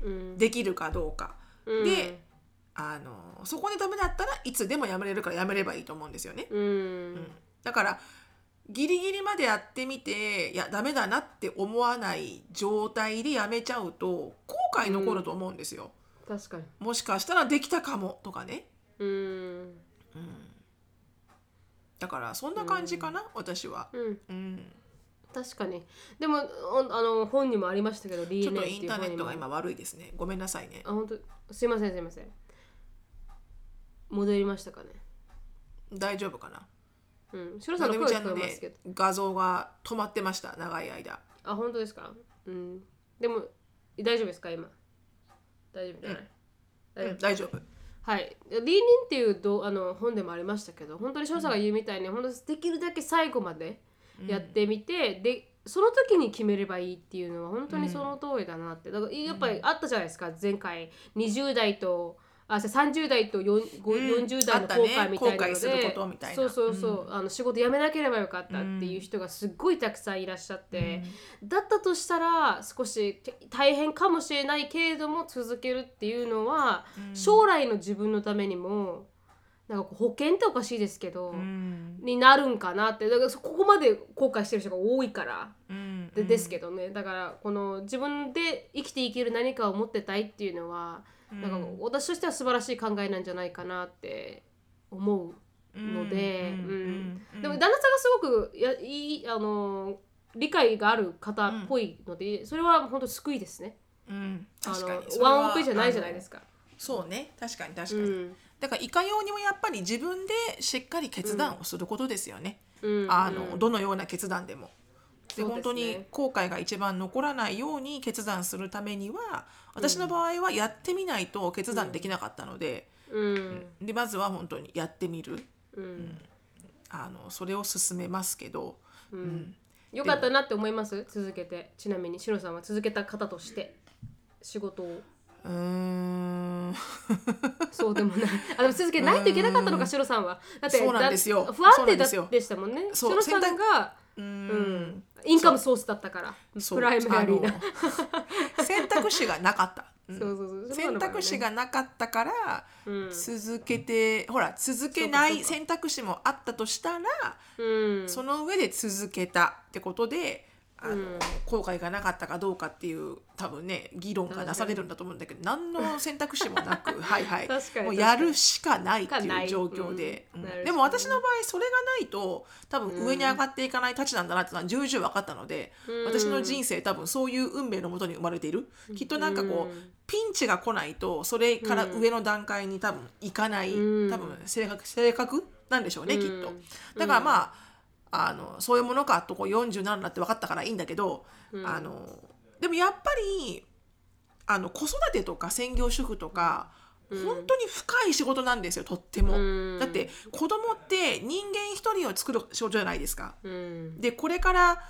B: みて
A: うん
B: できるかどうか
A: うん
B: であのそこでダメだったらいつでもやめれるからやめればいいと思うんですよね。
A: うん
B: うんだからギリギリまでやってみていやダメだなって思わない状態でやめちゃうと後悔残ると思うんですよ。
A: 確かに
B: もしかしたらできたかもとかね、
A: うーん
B: うん、だからそんな感じかな、私は、
A: うん
B: うん、
A: 確かにでもおあの本にもありましたけどリ
B: ち
A: ーネっ
B: ょっと
A: て
B: イン
A: いう
B: ターネ
A: 本
B: ッ
A: に
B: ト
A: も
B: が今悪いですねごめんなさいね
A: あ本当すいませんすいません戻りましたかね
B: 大丈夫かな
A: うん白さ
B: なん
A: の
B: でみ
A: 声
B: ちゃ
A: は聞
B: んの
A: こえます
B: ね
A: けど、
B: 画像が止まってました長い間
A: あ本当ですかうんでも大丈夫ですか今大丈夫じゃない、大丈夫
B: うん大丈夫
A: はい「リーニン」っていうどあの本でもありましたけど本当に翔さんが言うみたいに、本当にできるだけ最後までやってみて、でその時に決めればいいっていうのは本当にその通りだなってだからやっぱりあったじゃないですか前回20代とあじゃあ30代と4ご
B: うん
A: 40代の後
B: あった
A: 悔
B: ね
A: みたいなので、
B: 後悔することみたいな
A: そうそうそう、あの仕事辞めなければよかったっていう人がすっごいたくさんいらっしゃって、だったとしたら少した大変かもしれないけれども続けるっていうのは、将来の自分のためにもなんかこう保険っておかしいですけど、
B: うん
A: になるんかなってだからそここまで後悔してる人が多いから
B: うん
A: でです
B: ど
A: けどねだからこの自分で生きていける何かを持ってたいっていうのは、なんか私としては素晴らしい考えなんじゃないかなって思う。のでうんでも旦那さんがすごくやいいあの理解がある方っぽいので、それは本当救いですね。
B: うん
A: あ
B: 確かにそ
A: の
B: れは
A: ワンオペじゃないじゃないですか。
B: あのそうね確かに確
A: う
B: かに、
A: ん
B: だからいかようにもやっぱり自分でしっかり決断をすることですよね、
A: うん
B: あの
A: うん
B: どのような決断でも。で
A: そうですね
B: 本当に後悔が一番残らないように決断するためには私の場合はやってみないと決断できなかったので,、
A: うん
B: でまずは本当にやってみる
A: うん
B: あのそれを勧めますけど、
A: うんよかったなって思います続けてちなみにシロさんは続けた方として仕事を
B: うーん
A: そうでも ないあでも続けないといけなかったのかシロさんはだって
B: そうなんですよ
A: だ不安定
B: そうなん
A: だ
B: ですよ
A: でしたもんねシ
B: そう
A: ロさん
B: 選
A: が、
B: う
A: う
B: ー
A: んん、インカムソースだったから
B: そう
A: プライマリー
B: あ
A: な
B: の選択肢がなかった、うん
A: そうそうそう
B: 選択肢、がなかったから
A: そうなのか
B: 続けて、ほら続けな
A: そうかそう
B: い
A: か
B: 選択肢もあったとしたら
A: なうん、うん、
B: その上で続けたってことであの、
A: うん
B: 後悔がなかったかどうかっていう多分ね議論がなされるんだと思うんだけど何の選択肢も なくはいはい
A: 確かに
B: もうやるしかないって
A: 確か
B: いう
A: に
B: 状況で、
A: うん
B: うん
A: なるほど
B: でも私の場合それがないと多分上に上がっていかないたちなんだなってのは重々分かったので、
A: うん
B: 私の人生多分そういう運命のもとに生まれている、きっとなんかこう、
A: うん
B: ピンチが来ないとそれから上の段階に多分行かない、
A: うん
B: 多分性格性格なんでしょうね、
A: うん
B: きっと。だからまああのそういうものかとこう47だって分かったからいいんだけど、
A: うん
B: あのでもやっぱりあの子育てとか専業主婦とか、
A: うん
B: 本当に深い仕事なんですよとっても。
A: うん
B: だって子供って人間一人を作る仕事じゃないですか。
A: うん
B: でこれから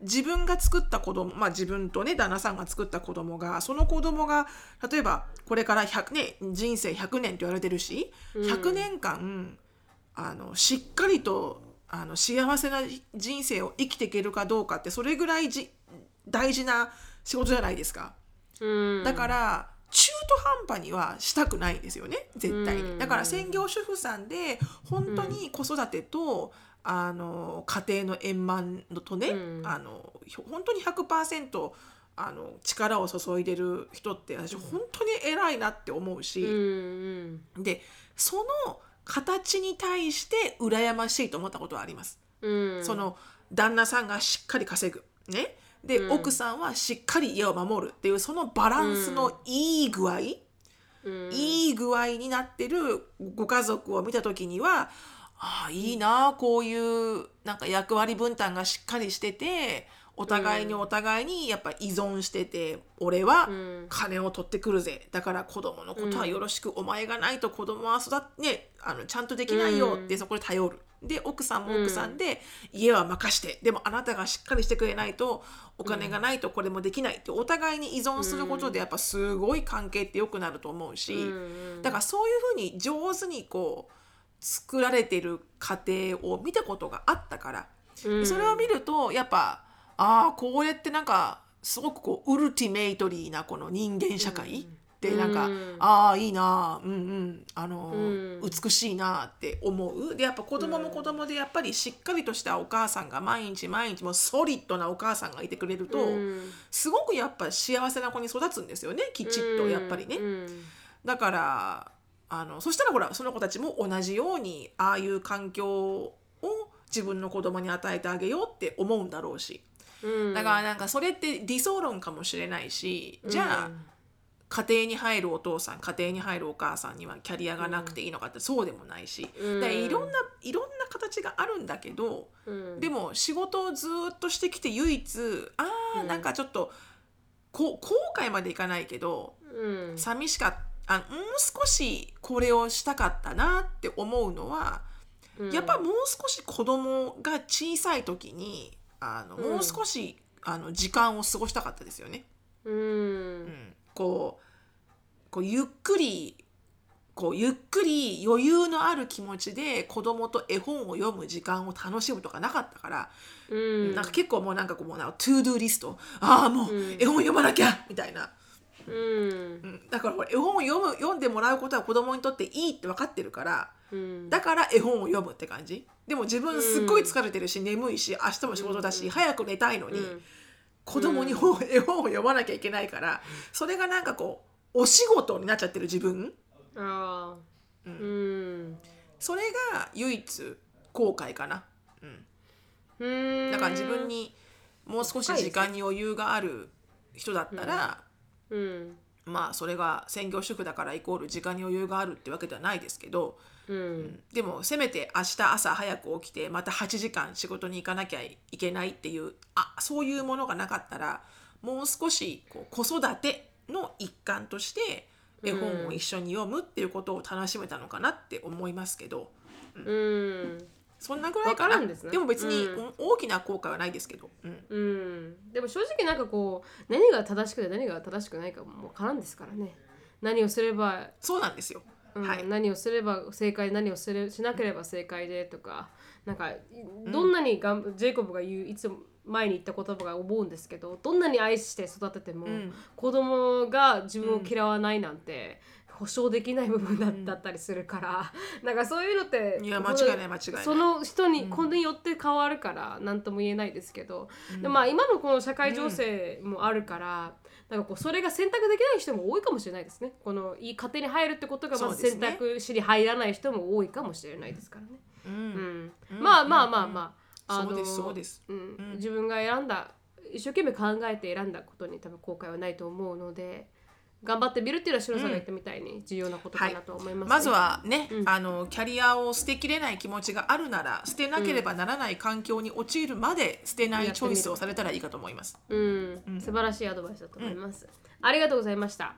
B: 自分が作った子供まあ自分とね旦那さんが作った子供がその子供が例えばこれから100、ね、人生100年と言われてるし
A: うん
B: 100年間あのしっかりとあの幸せな人生を生きていけるかどうかってそれぐらいじ大事な仕事じゃないですか。
A: うん
B: だから中途半端にはしたくないんですよね絶対
A: う
B: に
A: ん
B: だから専業主婦さんで本当に子育てと、あの家庭の円満とね、
A: うん
B: あのひょ本当に100%あの力を注いでる人って私本当に偉いなって思う
A: うんう
B: し、
A: ん
B: でその形に対して羨ましいと思ったことはあります。
A: うん
B: その旦那さんがしっかり稼ぐねで、
A: うん
B: 奥さんはしっかり家を守るっていうそのバランスのいい具合、
A: うん
B: いい具合になってるご家族を見た時にはああいいなあこういうなんか役割分担がしっかりしててお互いにお互いにやっぱ依存してて、俺は
A: うん
B: 金を取ってくるぜだから子供のことはよろしく、お前がないと子供は育っねあのちゃんとできないよって
A: う
B: そこで頼る。で奥さんも奥さんで、家は任してでもあなたがしっかりしてくれないとお金がないとこれもできないってお互いに依存することでやっぱすごい関係って良くなると思うし、
A: うん
B: だからそういうふうに上手にこう作られてる過程を見たことがあったから
A: うん
B: それを見るとやっぱああこれってなんかすごくこうウルティメイトリーなこの人間社会ってなんか、
A: うん
B: ああいいなあうんうんあの、
A: うん
B: 美しいなあって思うでやっぱ子供も子供でやっぱりしっかりとしたお母さんが毎日毎日もうソリッドなお母さんがいてくれると、
A: うん
B: すごくやっぱ幸せな子に育つんですよねきちっとやっぱりね。
A: うん
B: だからあのそしたらほらその子たちも同じようにああいう環境を自分の子供に与えてあげようって思うんだろうし
A: うん
B: だからなんかそれって理想論かもしれないし、じゃあ家庭に入るお父さん家庭に入るお母さんにはキャリアがなくていいのかってそうでもないし、
A: うん
B: だからいろんないろんな形があるんだけど、
A: うん
B: でも仕事をずーっとしてきて唯一あーなんかちょっとこ後悔までいかないけど
A: うん
B: 寂しかっあもう少しこれをしたかったなって思うのは、
A: うん
B: やっぱもう少し子供が小さい時にあの
A: うん
B: もう少し、あの時間を過ごしたかったですよね。
A: う
B: うんん、こうこうゆっくりこうゆっくり余裕のある気持ちで子供と絵本を読む時間を楽しむとかなかったから、
A: うん
B: なんか結構もうなんかこうもうなんかトゥードゥーリストああもう
A: うん
B: 絵本読まなきゃみたいな。
A: うん
B: うんだからこれ絵本を読む読んでもらうことは子供にとっていいって分かってるから
A: うん
B: だから絵本を読むって感じでも自分すっごい疲れてるし、眠いし明日も仕事だし、早く寝たいのに、
A: うん
B: 子供に本絵本を読まなきゃいけないからそれがなんかこうお仕事になっちゃってる自分
A: ああ
B: うん
A: うん
B: それが唯一後悔かな、うん、
A: うん
B: だから自分にもう少し時間に余裕がある人だったら、
A: うん
B: まあそれが専業主婦だからイコール時間に余裕があるってわけではないですけど、
A: うん
B: でもせめて明日朝早く起きてまた8時間仕事に行かなきゃいけないっていうあそういうものがなかったらもう少しこう子育ての一環として絵本を一緒に読むっていうことを楽しめたのかなって思いますけど、
A: うん
B: そんなぐらいか
A: わ
B: な
A: からんですね
B: も別に、
A: う
B: お大きな後悔はないですけど、うん、
A: うん、でも正直なんかこう何が正しくて何が正しくないかもわからんですからね何をすれば、
B: そうなんですよ。
A: うん
B: はい
A: 何をすれば正解何をするしなければ正解でとかなんかいどんなにがん、ジェイコブが言ういつも前に言った言葉が思うんですけどどんなに愛して育てても、
B: うん
A: 子供が自分を嫌わないなんて、保証できない部分だ
B: ん
A: だったりするから、なんかそういうのって
B: いや間違いない間違いない。
A: その人に、
B: うん
A: これによって変わるから何とも言えないですけど、でまあ今のこの社会情勢もあるから、なんかこうそれが選択できない人も多いかもしれないですねこのいい家庭に入るってことが
B: そ
A: ま
B: う
A: ず
B: です
A: 選
B: ね
A: 択肢に入らない人も多いかもしれないですからね。
B: う
A: うんん
B: うん
A: まあまあまあまあ、あ
B: そうですそうです。
A: うん
B: うん
A: 自分が選んだ一生懸命考えて選んだことに多分後悔はないと思うので頑張ってみるっていうのは白さんが言ったみたいに重要なことかなと思います、
B: まずはね、
A: うん
B: あのキャリアを捨てきれない気持ちがあるなら捨てなければならない環境に陥るまで捨てないチョイスをされたらいいかと思います。
A: うん、素晴らしいアドバイスだと思います、ありがとうございました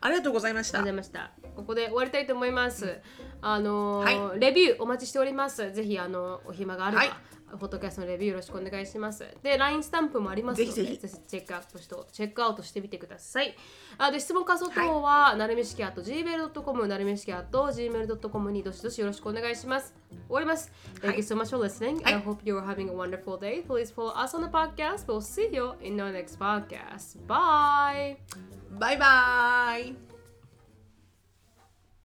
B: ありがとうございまし
A: あり
B: た
A: がとうござい。ました。ここで終わりたいと思います。あのー
B: は
A: レビューお待ちしております。ぜひあのお暇があれば、
B: はい
A: フォトキャストのレビューよろしくお願いします。で、LINE スタンプもありますので、
B: ぜひぜひ
A: チェックアップしてチェックアウトしてみてください。あで質問感想等は、なるみしきあと gmail.com なるみしきあと gmail.com にどしどしよろしくお願いします。終わります。Thank you so much for listening.
B: はい
A: I hope you are having a wonderful day. Please follow us on the podcast. We'll see you in our next podcast. Bye.
B: バイバイ。